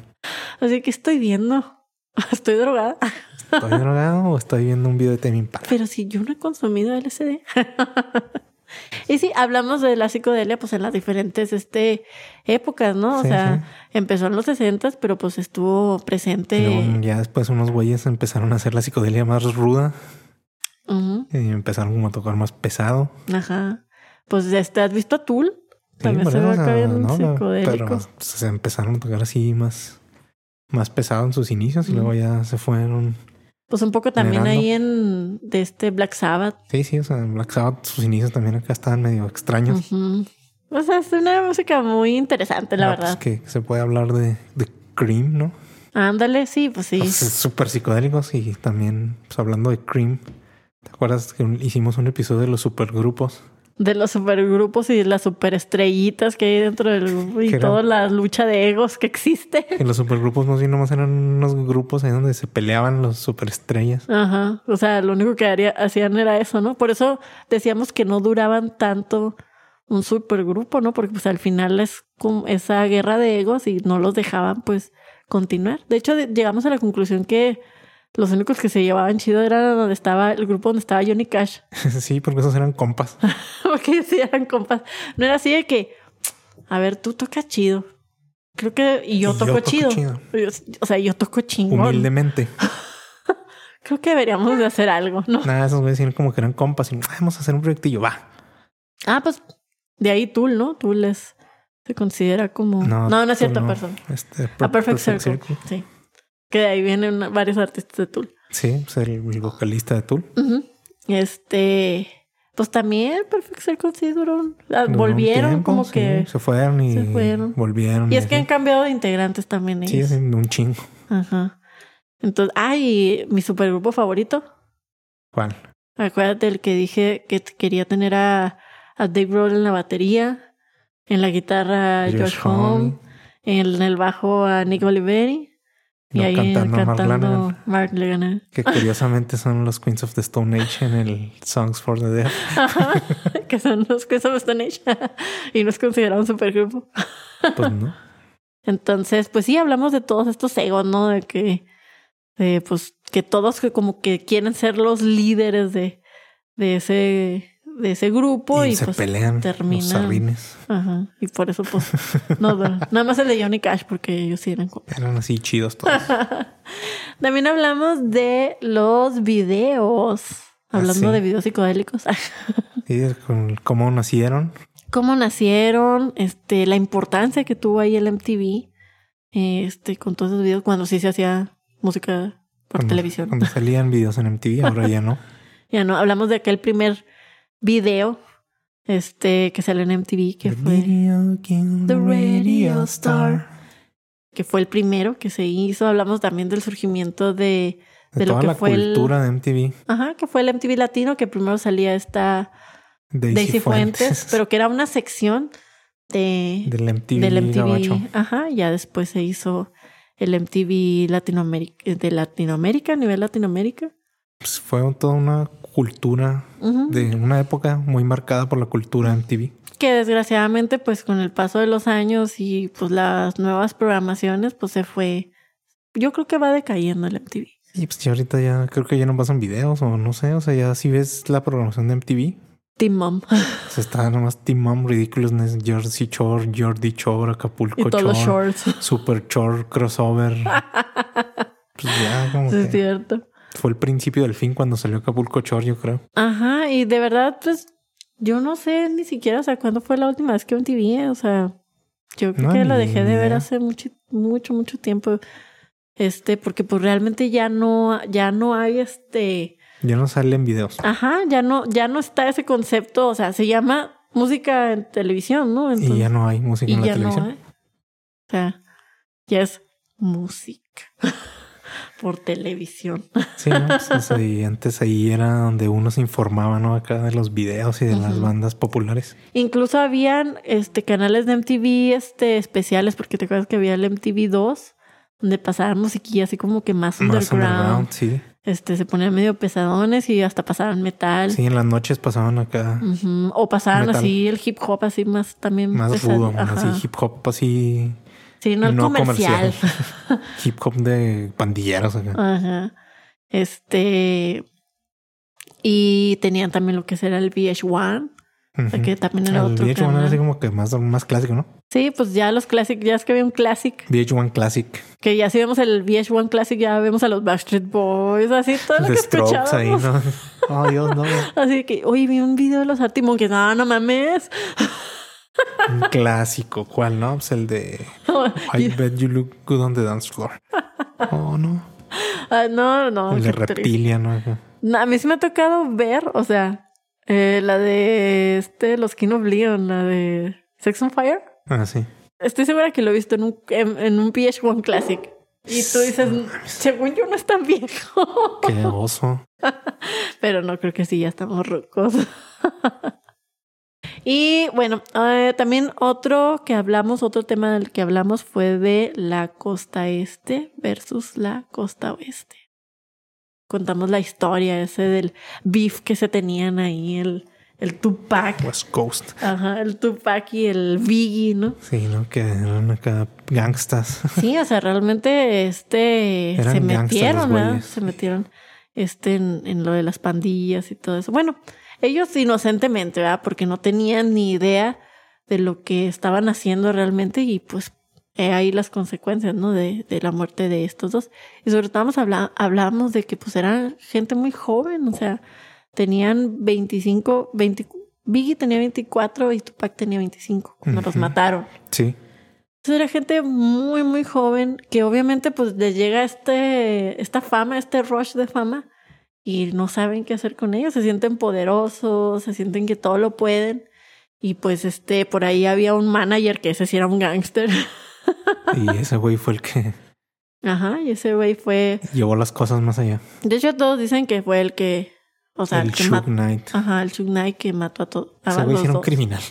S1: Así que estoy viendo, estoy drogada,
S2: ¿Estoy drogado o estoy viendo un video de Tame Impala?
S1: pero si yo no he consumido LSD. Y sí, hablamos de la psicodelia pues en las diferentes este, épocas, ¿no? O
S2: Sí,
S1: sea, empezó en los 60, pero pues estuvo
S2: sí.
S1: presente.
S2: Y luego ya después unos güeyes empezaron a hacer la psicodelia más ruda
S1: Ujú,
S2: y empezaron como a tocar más pesado.
S1: ajá. Pues este, ¿has visto a Tool?
S2: Sí,
S1: También
S2: por
S1: se
S2: eso,
S1: ve
S2: o sea,
S1: acá bien
S2: no,
S1: psicodélico.
S2: Pero pues, se empezaron a tocar así más, más pesado en sus inicios y
S1: Mm.
S2: luego ya se fueron.
S1: Pues un poco también
S2: Generando.
S1: ahí en de este Black Sabbath.
S2: Sí, sí, o sea, Black Sabbath, sus inicios también acá estaban medio extraños.
S1: Ujú. O sea, es una música muy interesante, la
S2: Ah, pues
S1: verdad.
S2: que se puede hablar de, de Cream, ¿no?
S1: Ándale, sí, pues sí.
S2: Pues, es súper psicodélicos y también, pues hablando de Cream, ¿te acuerdas que un- hicimos un episodio de los supergrupos?
S1: De los supergrupos y las superestrellitas que hay dentro del grupo y
S2: Que era-
S1: toda la lucha de egos que existe.
S2: Que los supergrupos no sé, nomás eran unos grupos ahí donde se peleaban los superestrellas.
S1: Ajá. O sea, lo único que haría- hacían era eso, ¿no? Por eso decíamos que no duraban tanto un supergrupo, ¿no? Porque pues al final es como esa guerra de egos y no los dejaban pues continuar. De hecho, de- llegamos a la conclusión que los únicos que se llevaban chido eran donde estaba el grupo donde estaba Johnny Cash,
S2: sí, porque esos eran compas.
S1: porque sí eran compas. No era así de que, a ver, tú tocas chido. Creo que y yo
S2: Y yo
S1: toco
S2: toco
S1: chido.
S2: chido.
S1: Yo- o sea, yo toco chingón.
S2: Humildemente.
S1: Creo que deberíamos de hacer algo, ¿no?
S2: Nada, esos güeyes eran como que eran compas y "Ah, vamos a hacer un proyectillo, va.
S1: Ah, pues de ahí Tool, ¿no? Tool es Se considera como. No, no una cierta
S2: Tool no.
S1: persona.
S2: Este, per-
S1: A Perfect, Circle. Sí. Que de ahí vienen una- varios artistas de Tool.
S2: Sí, pues el, el vocalista de Tool.
S1: Ujú. Este. Pues también Perfect Circle sí duró. un- ah,
S2: Duró un
S1: volvieron
S2: tiempo,
S1: como
S2: sí,
S1: que.
S2: Se fueron y
S1: se fueron.
S2: volvieron.
S1: Y es que han
S2: así.
S1: cambiado de integrantes también
S2: Sí,
S1: ellos.
S2: es un chingo.
S1: Ajá. Entonces, ay, mi supergrupo favorito.
S2: ¿Cuál?
S1: Acuérdate el que dije que t- quería tener a, a Dave Grohl en la batería, en la guitarra a George Home, en el bajo a Nick Oliveri y
S2: No,
S1: ahí
S2: cantando a Mark
S1: cantando
S2: Lanigan.
S1: Mark Lanigan.
S2: Que curiosamente son los Queens of the Stone Age en el Songs for the Deaf.
S1: Ajá, que son los que son Stone Age y nos consideraron un supergrupo.
S2: Pues no.
S1: Entonces, pues sí, hablamos de todos estos egos, ¿no? De que, de, pues, que todos que como que quieren ser los líderes de, de ese, de ese grupo y,
S2: y se
S1: pues,
S2: pelean
S1: terminan.
S2: los sardines.
S1: Ajá, y por eso, pues, no, dura. nada más el de Johnny Cash, porque ellos sí eran. co-
S2: Eran así chidos todos.
S1: También hablamos de los videos.
S2: Ah,
S1: Hablando
S2: sí.
S1: de videos psicodélicos.
S2: y es con- cómo nacieron.
S1: Cómo nacieron, este, la importancia que tuvo ahí el MTV, este, con todos esos videos, cuando sí se hacía música por
S2: cuando-
S1: televisión.
S2: Cuando salían videos en MTV, ahora ya no.
S1: Ya no, hablamos de aquel primer video, este, que salió en MTV, que
S2: The
S1: fue,
S2: video game,
S1: The radio star. que fue el primero que se hizo. Hablamos también del surgimiento de
S2: De,
S1: De lo
S2: toda
S1: que
S2: la
S1: fue el-
S2: cultura de MTV.
S1: Ajá, que fue el MTV Latino que primero salía esta
S2: Daisy,
S1: Daisy Fuentes, pero que era una sección de,
S2: del MTV,
S1: del
S2: gabacho.
S1: MTV. Ajá, ya después se hizo el MTV Latinoamérica, eh, de Latinoamérica, a nivel Latinoamérica.
S2: Pues fue un- toda una cultura
S1: Ujú.
S2: de una época muy marcada por la cultura MTV.
S1: Que desgraciadamente, pues con el paso de los años y pues las nuevas programaciones, pues se fue. Yo creo que va decayendo el MTV.
S2: Y pues ya ahorita ya creo que ya no pasan videos o no sé, o sea, ya si ves la programación de MTV,
S1: Team Mom.
S2: se está nomás Team Mom, Ridiculousness, Jersey Shore, Jordi Shore, Acapulco
S1: y todos los
S2: Shore,
S1: shorts.
S2: Super Shore, Crossover. pues ya como
S1: Sí,
S2: que
S1: es cierto.
S2: fue el principio del fin cuando salió Acapulco Shore, yo creo.
S1: Ajá, y de verdad, pues yo no sé ni siquiera, o sea, cuándo fue la última vez que un TV, o sea, yo creo
S2: No,
S1: que lo
S2: ni
S1: dejé de ver
S2: idea.
S1: hace mucho, mucho, mucho tiempo. Este, porque pues realmente ya no, ya no hay este,
S2: Ya no salen videos.
S1: ajá, ya no, ya no está ese concepto, o sea, se llama música en televisión, ¿no?
S2: y ya no hay música
S1: y
S2: en la
S1: ya no
S2: televisión.
S1: hay. O sea, ya es música por televisión.
S2: Sí, ¿no? Pues, o sea, y antes ahí era donde uno se informaba, ¿no? Acá de los videos y de las
S1: Ujú.
S2: bandas populares.
S1: Incluso habían este, canales de MTV este, especiales, porque te acuerdas que había el MTV 2, donde pasaban musiquilla así como que más
S2: Más
S1: underground.
S2: underground, sí.
S1: Este, se ponían medio pesadones y hasta pasaban metal.
S2: Sí, en las noches pasaban acá
S1: Ujú. O pasaban
S2: Metal.
S1: así el hip hop así más también
S2: más
S1: pesado.
S2: rudo,
S1: Mm, pues, Ajá.
S2: así hip hop, así
S1: Sí, no el
S2: no
S1: comercial.
S2: comercial. hip hop de pandilleros acá.
S1: Ajá. Este. Y tenían también lo que será el VH1, o sea,
S2: Ujú.
S1: Ah, que también era
S2: El
S1: otro
S2: VH1
S1: canal.
S2: era así como que más, más clásico, ¿no?
S1: Sí, pues ya los clásicos, ya es que había un clásico
S2: VH1 Classic,
S1: Que ya si vemos el VH1 Classic, ya vemos a los Backstreet Boys, así todo lo
S2: The
S1: que
S2: Strokes ahí,
S1: escuchábamos.
S2: ¿no? Oh, Dios, no.
S1: Así que, oye, vi un video de los Arctic Monkeys. No, no mames.
S2: Un clásico, ¿cuál, no? Pues el de I
S1: Y-
S2: bet you look good on the dance floor. Oh, no.
S1: ah, no, no.
S2: el de
S1: qué triste.
S2: Reptilia, ¿no? Ajá.
S1: No, a mí sí me ha tocado ver, o sea, eh, la de este, los King of Leon, la de Sex on Fire.
S2: Ah, sí.
S1: Estoy segura que lo he visto en un, en, en un VH1 Classic. Y tú dices, según yo no es tan viejo.
S2: Qué oso.
S1: Pero no creo que sí, ya estamos rocos. y bueno, eh, también otro que hablamos, otro tema del que hablamos fue de la costa este versus la costa oeste. Contamos la historia ese del beef que se tenían ahí, el, el Tupac.
S2: West Coast.
S1: Ajá, el Tupac y el Biggie, ¿no?
S2: Sí, ¿no? Que eran acá gangstas.
S1: Sí, o sea, realmente este
S2: Eran
S1: se
S2: gangsters los
S1: metieron, ¿verdad?
S2: güeyes.
S1: Se metieron este en, en lo de las pandillas y todo eso. Bueno, ellos inocentemente, ¿verdad? Porque no tenían ni idea de lo que estaban haciendo realmente y pues he ahí las consecuencias, ¿no? De, de la muerte de estos dos. Y sobre todo vamos a habla- hablamos de que pues eran gente muy joven, o sea, tenían 25, 20, Biggie tenía 24 y Tupac tenía 25 cuando los
S2: Ujú.
S1: mataron.
S2: Sí.
S1: Entonces era gente muy, muy joven que obviamente pues les llega este, esta fama, este rush de fama y no saben qué hacer con ellos. Se sienten poderosos, se sienten que todo lo pueden. Y pues este, por ahí había un manager que ese sí era un gángster.
S2: Y ese güey fue el que
S1: Ajá, y ese güey fue...
S2: llevó las cosas más allá.
S1: De hecho todos dicen que fue el que... O sea, el,
S2: el
S1: que
S2: Shook
S1: mató...
S2: Knight.
S1: Ajá, el Chuck Knight que mató a todos.
S2: ese güey sí era un criminal.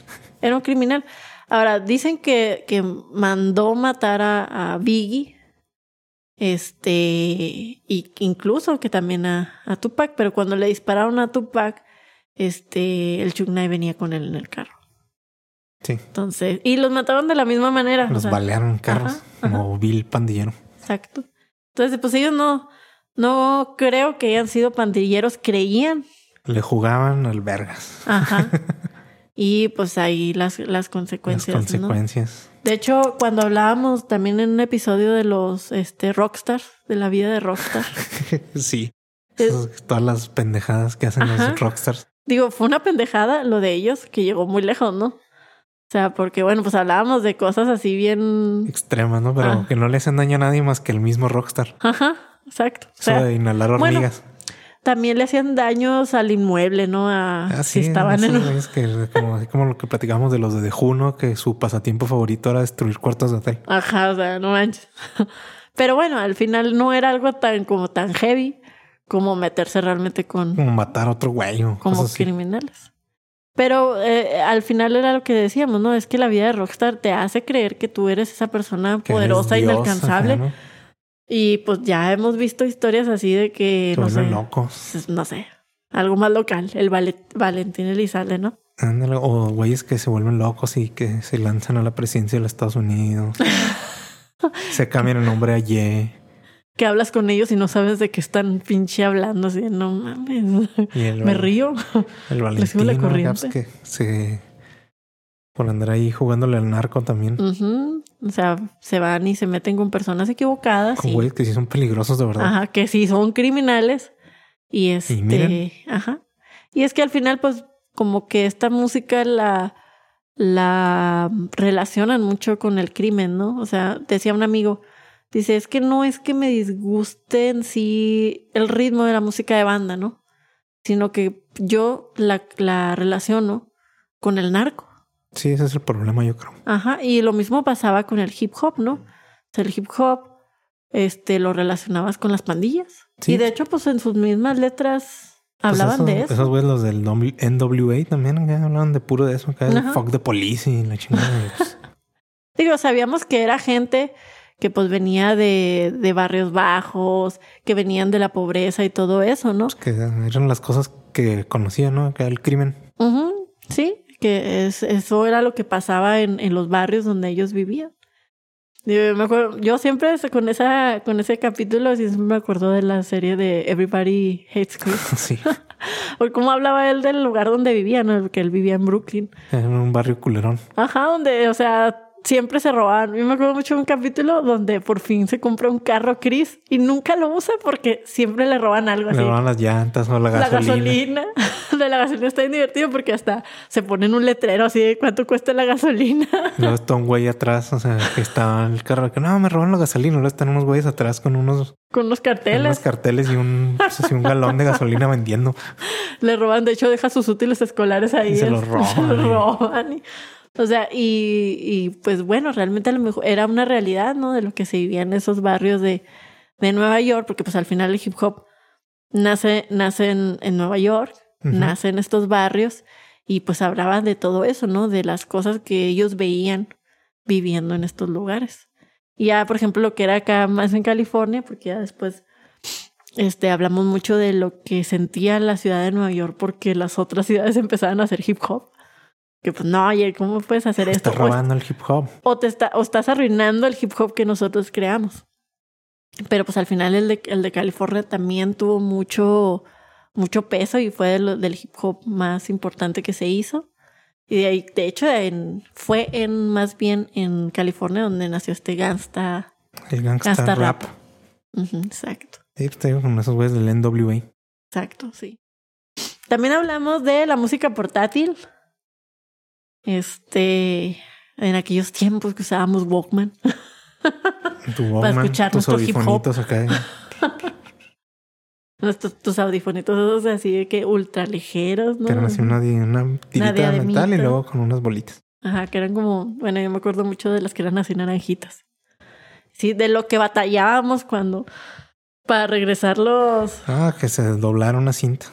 S1: Era un criminal. Ahora, dicen que, que mandó matar a, a Biggie. Este, y incluso que también a, a Tupac, pero cuando le dispararon a Tupac, este, el Chuck Knight venía con él en el carro.
S2: Sí.
S1: Entonces, y los mataron de la misma manera. o
S2: Los
S1: sea,
S2: balearon en carros
S1: ajá,
S2: como vil pandillero.
S1: Exacto. Entonces, pues ellos no, no creo que hayan sido pandilleros, creían.
S2: Le jugaban al vergas.
S1: Ajá. y pues ahí las, las
S2: Las
S1: consecuencias. ¿no?
S2: consecuencias.
S1: De hecho, cuando hablábamos también en un episodio de los este, rockstars, de la vida de rockstar,
S2: sí.
S1: Es-
S2: Esas- todas las pendejadas que hacen
S1: Ajá.
S2: los rockstars.
S1: digo, fue una pendejada lo de ellos, que llegó muy lejos, ¿no? O sea, porque bueno, pues hablábamos de cosas así bien...
S2: Extremas, ¿no? Pero
S1: Ajá.
S2: que no le hacen daño a nadie más que el mismo rockstar.
S1: Ajá, exacto. O
S2: Eso
S1: sea,
S2: de inhalar
S1: bueno,
S2: hormigas.
S1: también le hacían daños al inmueble, ¿no? A
S2: Ah,
S1: si
S2: sí,
S1: estaban en...
S2: esos güeyes que como, así como lo que platicamos de los de Juno, que su pasatiempo favorito era destruir cuartos de hotel.
S1: Ajá, o sea, no manches. Pero bueno, al final no era algo tan como tan heavy como meterse realmente con,
S2: Como matar a otro güey o
S1: como
S2: cosas así.
S1: criminales. Pero eh, al final era lo que decíamos, ¿no? Es que la vida de Rockstar te hace creer que tú eres esa persona
S2: Que eres
S1: poderosa,
S2: Dios,
S1: inalcanzable.
S2: ajá, ¿no?
S1: Y pues ya hemos visto historias así de que,
S2: Se
S1: no sé,
S2: vuelven locos.
S1: pues, no sé, algo más local, el Vale- Valentín Elizalde, ¿no?
S2: Ándale, o güeyes que se vuelven locos y que se lanzan a la presidencia de los Estados Unidos. se cambian el nombre a Y.
S1: Que hablas con ellos y no sabes de qué están pinche hablando, así, de, no mames,
S2: y el,
S1: me río.
S2: El
S1: Le sigo
S2: Valentino,
S1: la
S2: acá, pues, que se... Por andar ahí jugándole al narco también.
S1: Mm, Ujú. O sea, se van y se meten con personas equivocadas.
S2: Con
S1: y-
S2: güeyes que sí son peligrosos de verdad.
S1: Ajá, que sí son criminales. Y este,
S2: miren.
S1: ajá. Y es que al final, pues, como que esta música la, la relacionan mucho con el crimen, ¿no? O sea, decía un amigo, dice, es que no es que me disguste en sí el ritmo de la música de banda, ¿no? Sino que yo la, la relaciono con el narco.
S2: Sí, ese es el problema, yo creo.
S1: Ajá, y lo mismo pasaba con el hip hop, ¿no? O sea, el hip hop este, lo relacionabas con las pandillas.
S2: Sí.
S1: Y de hecho, pues en sus mismas letras
S2: Pues
S1: hablaban
S2: esos-
S1: de eso.
S2: Esos güeyes, los del W- NWA también acá hablaban de puro de eso. Acá el
S1: Ajá.
S2: fuck de police y la chingada. y pues,
S1: Digo, sabíamos que era gente que pues venía de, de barrios bajos, que venían de la pobreza y todo eso, ¿no?
S2: pues, que eran las cosas que conocía, ¿no? Acá el crimen.
S1: Ujú, Sí, que es, eso era lo que pasaba en, en los barrios donde ellos vivían. Yo, me acuerdo, yo siempre es- con, esa, con ese capítulo sí me acuerdo de la serie de Everybody Hates Chris.
S2: Sí.
S1: Por cómo hablaba él del lugar donde vivía, ¿no? Que él vivía en Brooklyn.
S2: en un barrio culerón.
S1: Ajá, donde, o sea, siempre se robaban. Yo me acuerdo mucho de un capítulo donde por fin se compra un carro Chris y nunca lo usa porque siempre le roban algo
S2: Le
S1: así.
S2: robaban las llantas o la
S1: La
S2: gasolina.
S1: gasolina. De la gasolina está bien divertido porque hasta se ponen un letrero así de cuánto cuesta la gasolina.
S2: Y Luego está un güey atrás, o sea, que está el carro que no me roban la gasolina. Luego están unos güeyes atrás con unos,
S1: Con unos
S2: con unos
S1: carteles.
S2: carteles y un, pues, así, un galón de gasolina vendiendo.
S1: Le roban, de hecho, deja sus útiles escolares ahí.
S2: Y se
S1: es-
S2: los roban,
S1: se los
S2: y-
S1: roban, y- o sea, y, y, pues bueno, realmente a lo mejor era una realidad, ¿no? De lo que se vivía en esos barrios de, de Nueva York, porque pues al final el hip hop nace, nace en, en Nueva York,
S2: Ujú.
S1: nace en estos barrios, y pues hablaban de todo eso, ¿no? De las cosas que ellos veían viviendo en estos lugares. Y ya, por ejemplo, lo que era acá más en California, porque ya después este, hablamos mucho de lo que sentía la ciudad de Nueva York porque las otras ciudades empezaban a hacer hip hop. Que pues no, oye, ¿cómo puedes hacer esto?
S2: Está
S1: O
S2: robando el hip hop.
S1: o te está, o estás arruinando el hip hop que nosotros creamos. Pero pues al final el de, el de California también tuvo mucho, mucho peso y fue de lo- del hip hop más importante que se hizo. Y de ahí, de hecho, en- fue en más bien en California donde nació este gangsta.
S2: El gangsta,
S1: Gangsta
S2: rap.
S1: rap. Ujú, exacto,
S2: Sí, pues, te digo, con esos güeyes del NWA.
S1: exacto, sí. También hablamos de la música portátil, Este, en aquellos tiempos que usábamos Walkman.
S2: Tu Walkman,
S1: escuchar
S2: tus
S1: nuestro hip hop.
S2: audifonitos acá.
S1: Nuestros, tus audifonitos esos así de que ultra ligeros, ¿no?
S2: Que eran así una, di- una tirita de metal y
S1: diademita.
S2: luego con unas bolitas.
S1: Ajá, que eran como, bueno, yo me acuerdo mucho de las que eran así naranjitas. Sí, de lo que batallábamos cuando para regresar los,
S2: Ah, que se doblaron una cinta.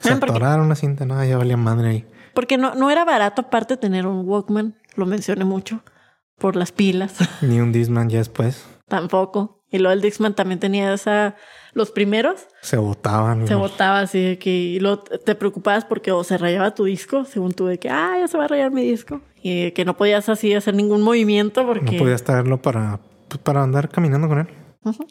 S2: Se
S1: Ah, porque-
S2: atoraron una cinta. No, ya valía madre ahí.
S1: porque no, no era barato aparte tener un Walkman, lo mencioné mucho, por las pilas
S2: Ni un Disman ya después.
S1: tampoco. Y luego el Dixman también tenía esa, los primeros
S2: Se botaban.
S1: se
S2: los-
S1: botaba así de que y luego te preocupabas porque o se rayaba tu disco, según tú de que, ah, ya se va a rayar mi disco. Y que no podías así hacer ningún movimiento porque...
S2: No podías traerlo para, pues, para andar caminando con él.
S1: Ujú.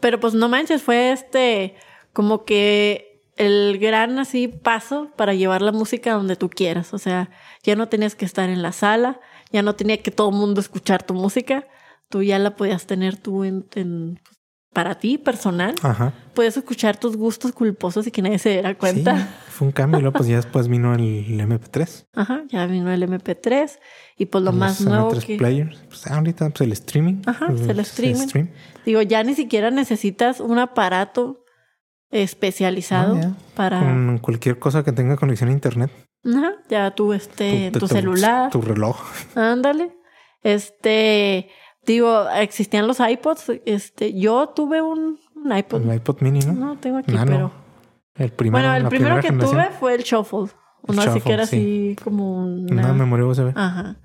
S1: Pero pues no manches, fue este como que el gran así paso para llevar la música donde tú quieras. O sea, ya no tenías que estar en la sala, ya no tenía que todo el mundo escuchar tu música. Tú ya la podías tener tú en, en- pues, para ti personal.
S2: Ajá.
S1: Podías escuchar tus gustos culposos y que nadie se diera cuenta.
S2: Sí, fue un cambio. Y luego, pues ya después vino el MP3.
S1: Ajá, ya vino el MP3 y pues lo
S2: los
S1: más nuevo
S2: MP3
S1: que
S2: players. Pues ahorita pues, el streaming.
S1: Ajá,
S2: Pues,
S1: el streaming. digo, ya ni siquiera necesitas un aparato especializado
S2: No, Ah, ya.
S1: para
S2: Con cualquier cosa que tenga conexión a internet. pues,
S1: Ajá, ya tú, este, en tu, celular,
S2: Tu reloj.
S1: ándale. Este, digo, existían los iPods. Este, yo tuve un, un iPod.
S2: El iPod mini, ¿no?
S1: No tengo aquí,
S2: Nano.
S1: pero.
S2: El primero.
S1: Bueno, el
S2: la
S1: primero que
S2: primera generación.
S1: tuve fue el Shuffle. Uno así que
S2: Shuffle,
S1: era
S2: sí.
S1: así como una.
S2: Una memoria USB.
S1: Ajá.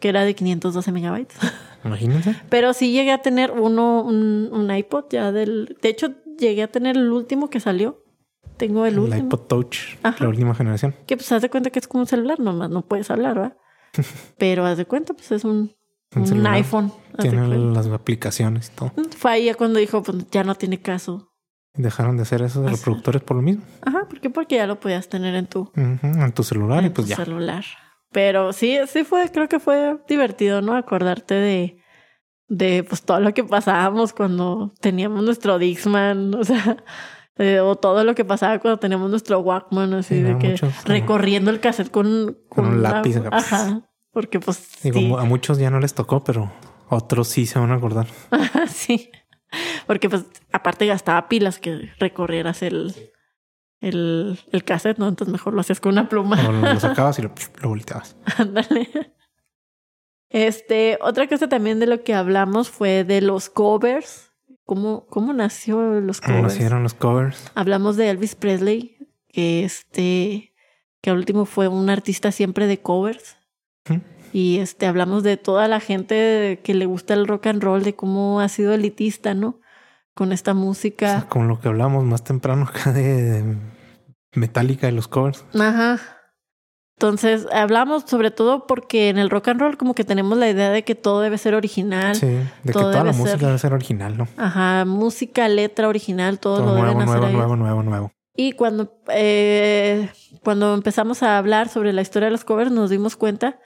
S1: Que era de 512 megabytes.
S2: Imagínense.
S1: Pero sí llegué a tener uno, un, un iPod ya del. De hecho, llegué a tener el último que salió. Tengo el
S2: El,
S1: último.
S2: iPod Touch,
S1: Ajá.
S2: la última generación.
S1: Que pues haz de cuenta que es como un celular, nomás no puedes hablar, ¿verdad? Pero haz de cuenta, pues es un,
S2: Un
S1: un
S2: celular.
S1: iPhone. haz de
S2: Tiene
S1: cuenta.
S2: las aplicaciones y todo.
S1: Fue ahí ya cuando dijo, pues ya no tiene caso.
S2: Dejaron de hacer esos
S1: sea.
S2: reproductores por lo mismo.
S1: Ajá, ¿por qué? Porque ya lo podías tener en tu,
S2: Ujú, En tu celular y
S1: en
S2: pues
S1: tu
S2: ya.
S1: celular. Pero sí, sí fue, creo que fue divertido, ¿no? Acordarte de, de pues todo lo que pasábamos cuando teníamos nuestro Dixman, o sea, eh, o todo lo que pasaba cuando teníamos nuestro Walkman, así
S2: Sí,
S1: de
S2: no,
S1: que
S2: muchos, no.
S1: recorriendo el cassette con,
S2: Con un
S1: la-
S2: lápiz, acá, pues.
S1: Ajá. Porque pues
S2: Digo,
S1: sí.
S2: mu- a muchos ya no les tocó, pero otros sí se van a acordar.
S1: Sí. Porque pues aparte gastaba pilas que recorrieras el, el, el cassette, ¿no? Entonces mejor lo hacías con una pluma.
S2: O lo, lo sacabas y lo, lo volteabas.
S1: Ándale. Este, otra cosa también de lo que hablamos fue de los covers. ¿Cómo, cómo nació los
S2: Como
S1: covers?
S2: hicieron los covers.
S1: Hablamos de Elvis Presley, que este, que al último fue un artista siempre de covers.
S2: Ujú.
S1: Y este, hablamos de toda la gente que le gusta el rock and roll, de cómo ha sido elitista, ¿no? Con esta
S2: O
S1: música.
S2: sea, con lo que hablamos más temprano acá de, de Metallica y los covers.
S1: Ajá. Entonces, hablamos sobre todo porque en el rock and roll como que tenemos la idea de que todo debe ser original.
S2: Sí, de que
S1: todo
S2: toda la
S1: debe
S2: música
S1: ser-
S2: debe ser original, ¿no?
S1: Ajá, música, letra original, todo,
S2: Todo
S1: lo deben
S2: nuevo,
S1: hacer
S2: nuevo,
S1: ellos.
S2: nuevo, nuevo, nuevo.
S1: Y cuando, eh, cuando empezamos a hablar sobre la historia de los covers, nos dimos cuenta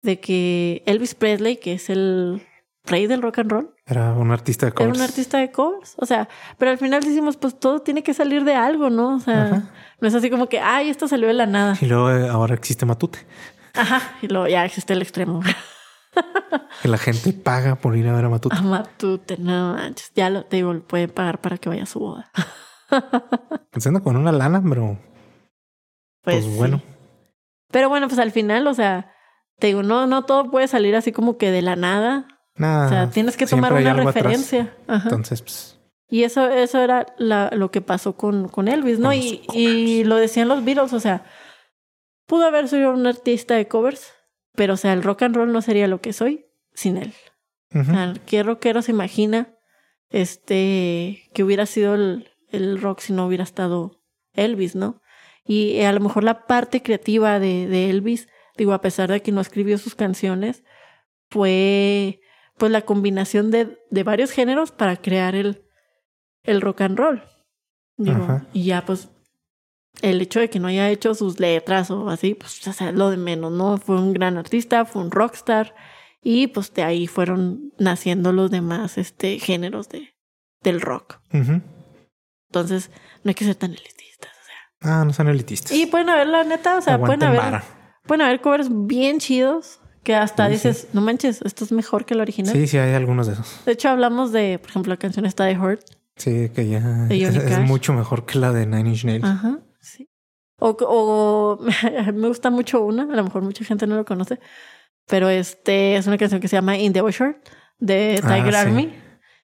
S1: de que Elvis Presley, que es el rey del rock and roll,
S2: Era un artista de covers.
S1: era un artista de covers. O sea, pero al final decimos, pues todo tiene que salir de algo, ¿no? O sea,
S2: Ajá.
S1: no es así como que, ay, esto salió de la nada.
S2: Y luego eh, ahora existe Matute.
S1: Ajá, y luego ya existe el extremo.
S2: Que la gente paga por ir a ver a Matute.
S1: Ama tú, te- no manches. Ya lo, te digo, lo pueden pagar para que vaya a su boda. Ah.
S2: Pensando con una lana, pero
S1: Pues,
S2: Pues bueno.
S1: sí. Pero bueno, pues al final, o sea, te digo, no, no todo puede salir así como que de la nada.
S2: nada.
S1: o sea, tienes que tomar
S2: siempre hay
S1: una
S2: algo atrás.
S1: referencia. Ajá.
S2: Entonces, pues,
S1: Y eso, eso era la- lo que pasó con, con Elvis, ¿no?
S2: Con
S1: Y,
S2: los
S1: y lo decían los Beatles, o sea, pudo haber sido un artista de covers, pero o sea, el rock and roll no sería lo que soy sin él.
S2: ujú.
S1: O sea, ¿Qué rockero se imagina este que hubiera sido el, el rock si no hubiera estado Elvis, ¿no? Y eh, a lo mejor la parte creativa de, de Elvis, digo, a pesar de que no escribió sus canciones, fue pues la combinación de, de varios géneros para crear el, el rock and roll. Digo,
S2: Ajá.
S1: y ya pues el hecho de que no haya hecho sus letras o así, pues o sea, lo de menos, ¿no? Fue un gran artista, fue un rockstar y pues de ahí fueron naciendo los demás este, géneros de, del rock.
S2: Ujú.
S1: Entonces, no hay que ser tan elitistas. o sea.
S2: Ah, no son elitistas.
S1: Y pueden haber, la neta, o sea,
S2: Aguanten
S1: pueden haber
S2: vara.
S1: Pueden haber covers bien chidos que hasta
S2: Sí,
S1: dices, no manches, esto es mejor que el original.
S2: Sí, sí, hay algunos de esos.
S1: De hecho, hablamos de, por ejemplo, la canción esta de Hurt.
S2: Sí, que ya
S1: De
S2: es,
S1: Johnny
S2: es
S1: Cash.
S2: mucho mejor que la de Nine Inch Nails.
S1: Ajá, sí. O, o- me gusta mucho una, a lo mejor mucha gente no lo conoce, pero este es una canción que se llama In the Ocean de
S2: Ah,
S1: Tiger
S2: sí.
S1: Army.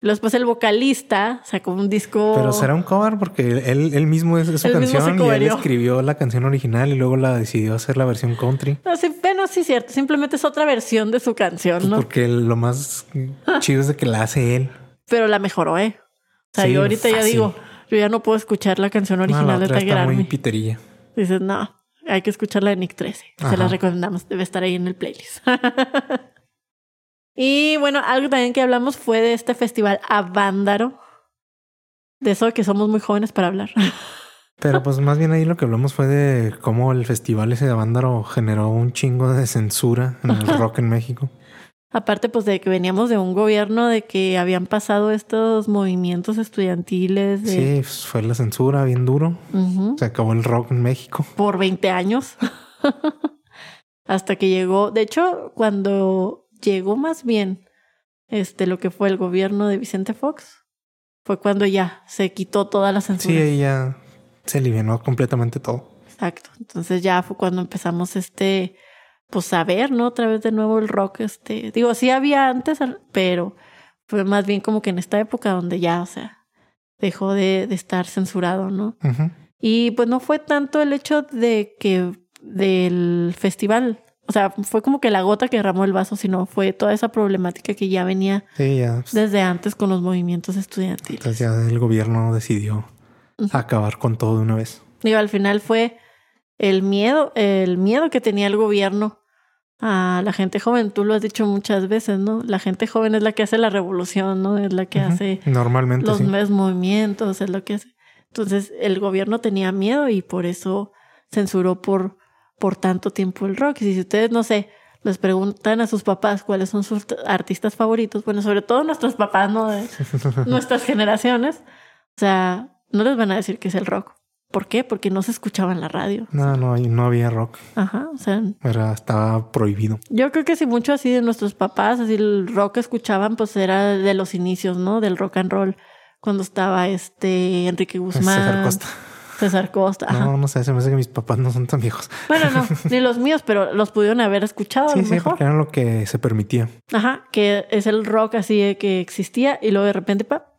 S1: Luego Después el vocalista sacó un disco.
S2: Pero será un cover porque él, él mismo es, es su
S1: Oh. Él mismo se
S2: canción y él
S1: coverió.
S2: escribió la canción original y luego la decidió hacer la versión country.
S1: No, sí, bueno, sí, cierto. Simplemente es otra versión de su
S2: Pues
S1: canción, ¿no?
S2: Porque lo más
S1: Ah.
S2: chido es de que la hace él.
S1: Pero la mejoró, ¿eh? O sea,
S2: Sí,
S1: yo ahorita ya
S2: fácil.
S1: digo, yo ya no puedo escuchar la canción
S2: No,
S1: original
S2: la
S1: de
S2: otra
S1: Tiger
S2: está muy
S1: Army.
S2: piterilla.
S1: Dices, no, hay que escuchar la de Nick 13.
S2: Ajá.
S1: Se la recomendamos, debe estar ahí en el playlist. y bueno, algo también que hablamos fue de este festival Avándaro. De eso que somos muy jóvenes para hablar.
S2: Pero pues más bien ahí lo que hablamos fue de cómo el festival ese de Avándaro generó un chingo de censura en el rock en México.
S1: Aparte, pues de que veníamos de un gobierno de que habían pasado estos movimientos estudiantiles de
S2: Sí, pues, fue la censura bien duro.
S1: Ujú.
S2: Se acabó el rock en México.
S1: por 20 años. Hasta que llegó, de hecho, cuando llegó más bien este lo que fue el gobierno de Vicente Fox, fue cuando ya se quitó toda la
S2: Sí,
S1: censura.
S2: ahí ya se alivianó completamente todo.
S1: Exacto. Entonces ya fue cuando empezamos este pues a ver, ¿no? Otra vez de nuevo el rock este, digo, sí había antes, pero fue más bien como que en esta época donde ya, o sea, dejó de, de estar censurado, ¿no?
S2: Ujú.
S1: Y pues no fue tanto el hecho de que del festival, o sea, fue como que la gota que derramó el vaso, sino fue toda esa problemática que ya venía
S2: Sí, ya. pues,
S1: desde antes con los movimientos estudiantiles.
S2: Entonces ya el gobierno decidió
S1: Ujú.
S2: acabar con todo de una vez.
S1: Digo, al final fue el miedo, el miedo que tenía el gobierno a la gente joven. Tú lo has dicho muchas veces, ¿no? La gente joven es la que hace la revolución, ¿no? Es la que
S2: Ujú.
S1: hace
S2: Normalmente
S1: los
S2: sí.
S1: nuevos movimientos, es lo que hace. Entonces, el gobierno tenía miedo y por eso censuró por, por tanto tiempo el rock. Y si ustedes, no sé, les preguntan a sus papás cuáles son sus t- artistas favoritos, bueno, sobre todo nuestros papás, ¿no? De nuestras generaciones, o sea, no les van a decir que es el rock. ¿Por qué? Porque no se escuchaba en la radio.
S2: No, no, ahí no había rock.
S1: Ajá, o sea,
S2: Era, estaba prohibido.
S1: yo creo que si mucho así de nuestros papás, así el rock que escuchaban, pues era de los inicios, ¿no? Del rock and roll. Cuando estaba este Enrique Guzmán.
S2: César Costa.
S1: César Costa, ajá.
S2: No, no sé, se me hace que mis papás no son tan viejos.
S1: Bueno, no, ni los míos, pero los pudieron haber escuchado a
S2: Sí,
S1: lo
S2: sí,
S1: mejor.
S2: porque era lo que se permitía.
S1: Ajá, que es el rock así de que existía y luego de repente, pa,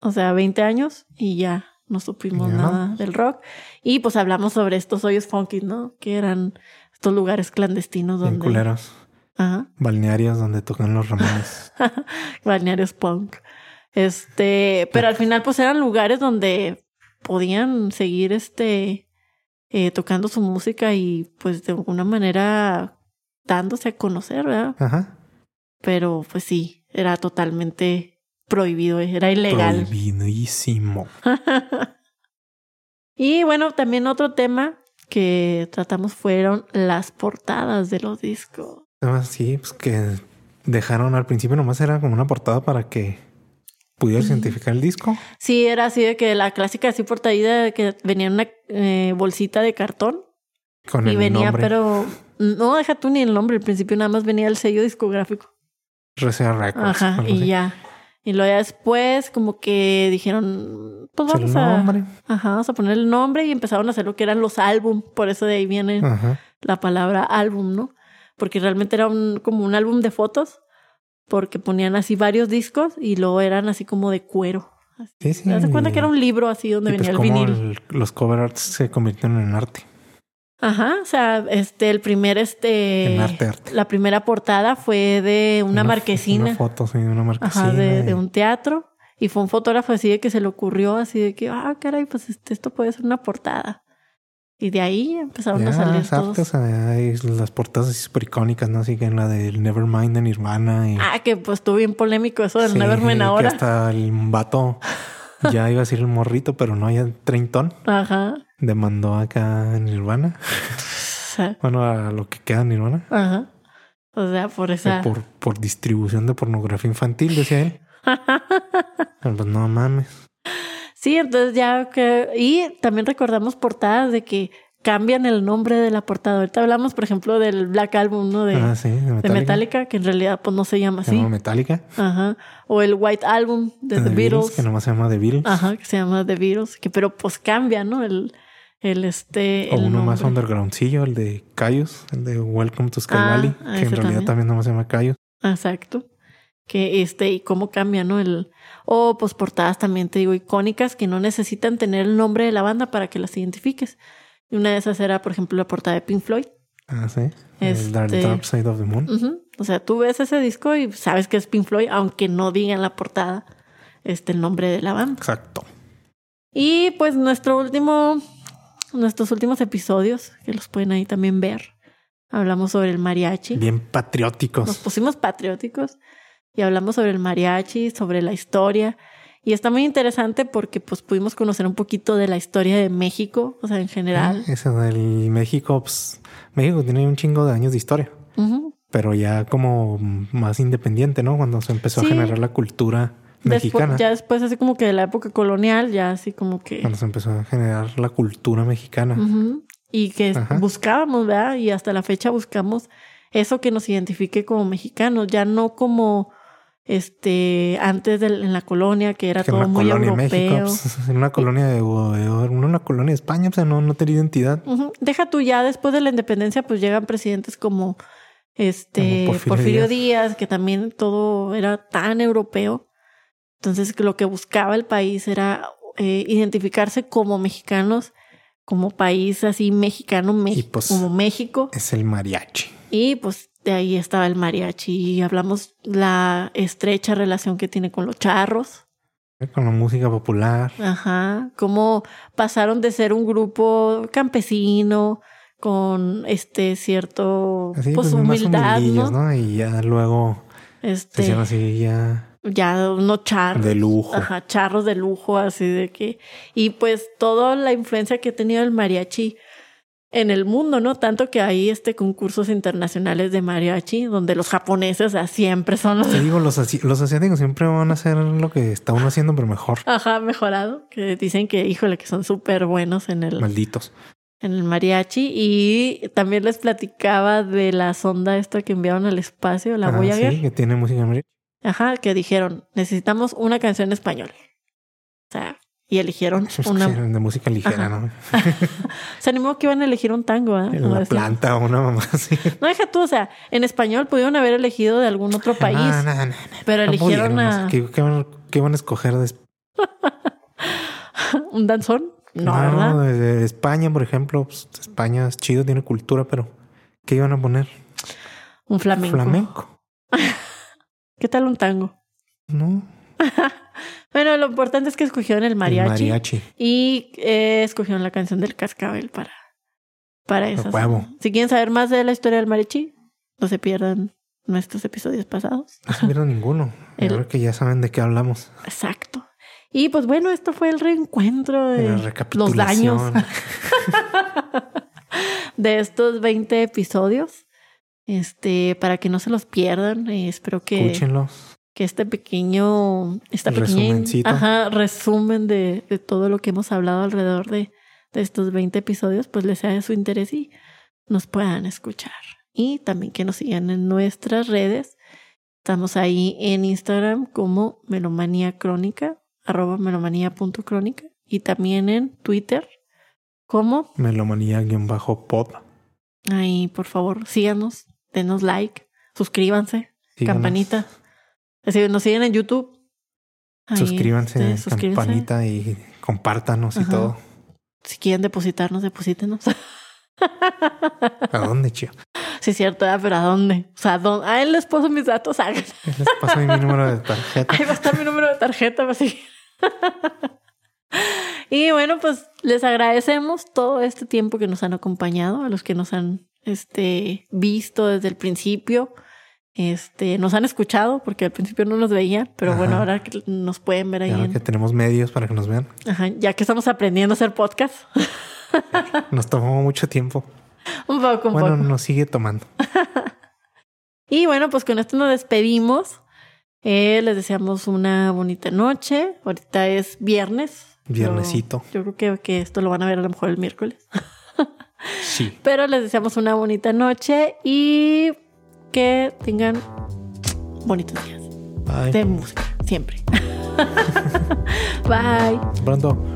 S1: o sea, 20 años y ya no supimos
S2: Ya.
S1: nada del rock. Y pues hablamos sobre estos hoyos funky, ¿no? Que eran estos lugares clandestinos
S2: En
S1: donde...
S2: culeros.
S1: Ajá.
S2: Balnearios donde tocan los ramones.
S1: balnearios punk. Este, pero al final pues eran lugares donde podían seguir este eh, tocando su música y pues de alguna manera dándose a conocer, ¿verdad?
S2: Ajá.
S1: Pero pues sí, era totalmente prohibido, eh, era ilegal.
S2: Prohibidísimo.
S1: y bueno, también otro tema que tratamos fueron las portadas de los discos.
S2: Además, sí, pues que dejaron al principio nomás era como una portada para que pudieras
S1: Ujú.
S2: identificar el disco.
S1: Sí, era así de que la clásica así portadita de que venía en una eh, bolsita de cartón
S2: Con
S1: Y
S2: el
S1: venía,
S2: nombre
S1: pero no deja tú ni el nombre. Al principio nada más venía el sello discográfico.
S2: RCA Records.
S1: Ajá,
S2: Ah, pues, algo
S1: y
S2: así.
S1: ya. Y luego ya después, como que dijeron, pues
S2: Pues
S1: vamos
S2: El
S1: a,
S2: nombre.
S1: ajá, vamos a poner el nombre y empezaron a hacer lo que eran los álbum. Por eso de ahí viene
S2: Ajá.
S1: la palabra álbum, ¿no? Porque realmente era un, como un álbum de fotos, porque ponían así varios discos y luego eran así como de cuero.
S2: Sí, sí.
S1: ¿Te das cuenta que era un libro así donde
S2: y pues
S1: venía el
S2: como
S1: vinil?
S2: los cover arts se convirtieron en arte.
S1: Ajá, o sea, este, el primer, este,
S2: En arte, arte.
S1: la primera portada fue de una,
S2: fo-
S1: marquesina,
S2: Una foto, sí, una marquesina.
S1: ajá, de,
S2: y-
S1: de un teatro, y fue un fotógrafo así de que se le ocurrió, así de que, ah, caray, pues este, esto puede ser una portada. Y de ahí empezaron
S2: Ya,
S1: a salir
S2: es arte,
S1: todos.
S2: o sea, hay las portadas así súper icónicas, ¿no? Así que en la del Nevermind de Nirvana. Y,
S1: Ah, que pues estuvo bien polémico eso del
S2: Sí,
S1: Nevermind
S2: que
S1: ahora.
S2: hasta el vato, ya iba a decir el morrito, pero no, ya treintón,
S1: Ajá, o
S2: demandó acá a Nirvana.
S1: sea,
S2: Bueno, a lo que queda de Nirvana.
S1: ajá. O sea, por esa...
S2: por, por distribución de pornografía infantil, decía él. Pero, pues, no mames.
S1: Sí, entonces ya que... Y también recordamos portadas de que cambian el nombre de la portada. Ahorita hablamos, por ejemplo, del Black Album, ¿no? De,
S2: ah, sí, de
S1: de
S2: Metallica.
S1: Metallica, que en realidad pues no se llama
S2: Se
S1: así.
S2: llama Metallica.
S1: Ajá. O el White Album de The
S2: The Ah, Beatles,
S1: Beatles. Ah,
S2: Que nomás se llama The Beatles.
S1: Ajá, que se llama The Beatles. Que, pero pues cambia, ¿no? El, el este.
S2: O
S1: el
S2: uno más
S1: nombre.
S2: undergroundcillo, el de Cayus, el de Welcome to Sky
S1: Ah,
S2: Valley,
S1: ah,
S2: que en
S1: ese
S2: realidad
S1: también.
S2: también nomás se llama Cayus.
S1: Exacto. Que este, y cómo cambia, ¿no? El. O pues portadas también, te digo, icónicas que no necesitan tener el nombre de la banda para que las identifiques. Y una de esas era, por ejemplo, la portada de Pink Floyd.
S2: Ah, sí. El
S1: Este-
S2: Dark Dark Side of the Moon.
S1: Ujú. O sea, tú ves ese disco y sabes que es Pink Floyd, aunque no diga en la portada este, el nombre de la banda.
S2: Exacto.
S1: Y pues nuestro último, nuestros últimos episodios, que los pueden ahí también ver, hablamos sobre el mariachi.
S2: Bien
S1: Nos
S2: patrióticos.
S1: pusimos patrióticos y hablamos sobre el mariachi, sobre la historia. Y está muy interesante porque pues pudimos conocer un poquito de la historia de México, o sea, en general.
S2: Ah, Ese del México, pues, México tiene un chingo de años de historia,
S1: Ujú.
S2: pero ya como más independiente, ¿no? Cuando se empezó
S1: Sí.
S2: a generar la cultura
S1: Despu-
S2: mexicana.
S1: ya después, así como que de la época colonial, ya así como que...
S2: Cuando se empezó a generar la cultura mexicana.
S1: Ujú. Y que es-
S2: Ajá.
S1: buscábamos, ¿verdad? Y hasta la fecha buscamos eso que nos identifique como mexicanos, ya no como este antes del- en la colonia, que era
S2: que en
S1: todo
S2: una
S1: muy
S2: colonia de
S1: europeo.
S2: México, pues, en una colonia de, de- en una colonia de España, pues no, no tenía identidad.
S1: Ujú. Deja tú ya, después de la independencia, pues llegan presidentes como este
S2: Como Porfirio
S1: Porfirio, Díaz. que también todo era tan europeo. Entonces, que lo que buscaba el país era eh, identificarse como mexicanos, como país así mexicano, Mex-
S2: pues,
S1: como México.
S2: Es el mariachi.
S1: Y pues de ahí estaba el mariachi y hablamos la estrecha relación que tiene con los charros.
S2: ¿eh? Con la música popular.
S1: Ajá. Cómo pasaron de ser un grupo campesino con este cierto
S2: Así,
S1: pues
S2: pues, más
S1: humildad, ¿no?
S2: humildillos, ¿no? Y ya luego se
S1: Este
S2: hicieron así ya
S1: ya no charros.
S2: de lujo.
S1: Ajá, charros de lujo, así de que. Y pues toda la influencia que ha tenido el mariachi en el mundo, ¿no? Tanto que hay este concursos internacionales de mariachi, donde los japoneses o sea, siempre son los.
S2: Te digo, los, asi- los asiáticos siempre van a hacer lo que está uno haciendo, pero mejor.
S1: Ajá, mejorado. Que dicen que, híjole, que son súper buenos en el,
S2: Malditos.
S1: en el mariachi. Y también les platicaba de la sonda esta que enviaron al espacio, la
S2: Ah,
S1: Voyager.
S2: Sí, que tiene música mariachi.
S1: Ajá, que dijeron, necesitamos una canción española. O sea, y eligieron una.
S2: Sí, pues, de música ligera,
S1: Ajá. Ah,
S2: ¿no?
S1: Se animó que iban a elegir un tango, ¿ah?
S2: En la
S1: Así.
S2: planta o una mamá así.
S1: No deja tú, o sea, en español pudieron haber elegido de algún otro país,
S2: Ah, No, no, no, no
S1: pero eligieron
S2: pudieron,
S1: a
S2: no sé, ¿Qué, qué van, qué van a escoger de,
S1: un danzón. No,
S2: no,
S1: ¿verdad?
S2: de- de España, por ejemplo? Pues, España es chido, tiene cultura, pero ¿qué iban a poner?
S1: Un flamenco.
S2: Flamenco.
S1: ¿Qué tal un tango?
S2: No,
S1: Bueno, lo importante es que escogieron el
S2: el
S1: mariachi,
S2: mariachi.
S1: y eh, escogieron la canción del cascabel para, para eso.
S2: huevo.
S1: Si quieren saber más de la historia del mariachi, no se pierdan nuestros episodios pasados.
S2: No se vieron ninguno.
S1: El-
S2: Yo creo que ya saben de qué hablamos.
S1: Exacto. Y pues bueno, esto fue el reencuentro de
S2: La
S1: los
S2: recapitulación.
S1: daños. de estos 20 episodios. Este, para que no se los pierdan, eh, espero que,
S2: Escúchenlos.
S1: que este pequeño, esta pequeña
S2: Resumencito.
S1: ajá, resumen de, de todo lo que hemos hablado alrededor de, de estos 20 episodios, pues les sea de su interés y nos puedan escuchar. Y también que nos sigan en nuestras redes. Estamos ahí en Instagram como Melomanía Crónica, arroba melomanía.crónica y también en Twitter como
S2: Melomanía-pop.
S1: Ahí, por favor, síganos, denos like, suscríbanse,
S2: Síganos.
S1: campanita. Si nos siguen en YouTube. ahí,
S2: suscríbanse,
S1: ustedes suscríbanse.
S2: campanita y compártanos y
S1: Ajá.
S2: todo.
S1: Si quieren depositarnos, deposítenos.
S2: ¿A dónde, chido?
S1: sí, es cierto, ah, pero ¿a dónde? O sea, ¿a dónde? Ahí les puso mis datos. ah,
S2: Les paso ahí mi número de tarjeta.
S1: Ahí va a estar mi número de tarjeta. Así. y bueno, pues les agradecemos todo este tiempo que nos han acompañado, a los que nos han este, visto desde el principio. Este, nos han escuchado porque al principio no nos veían, pero bueno,
S2: Ajá.
S1: ahora que nos pueden ver ahí.
S2: Y ahora
S1: en-
S2: que tenemos medios para que nos vean.
S1: Ajá, ya que estamos aprendiendo a hacer podcast,
S2: Nos tomó mucho tiempo.
S1: un poco, un
S2: Bueno,
S1: poco.
S2: nos sigue tomando.
S1: Y bueno, pues con esto nos despedimos. Eh, les deseamos una bonita noche. Ahorita es viernes. pero
S2: Viernesito.
S1: Yo creo que, que esto lo van a ver a lo mejor el miércoles.
S2: Sí.
S1: Pero les deseamos una bonita noche y que tengan bonitos días
S2: Bye.
S1: de música, siempre. Bye.
S2: Pronto.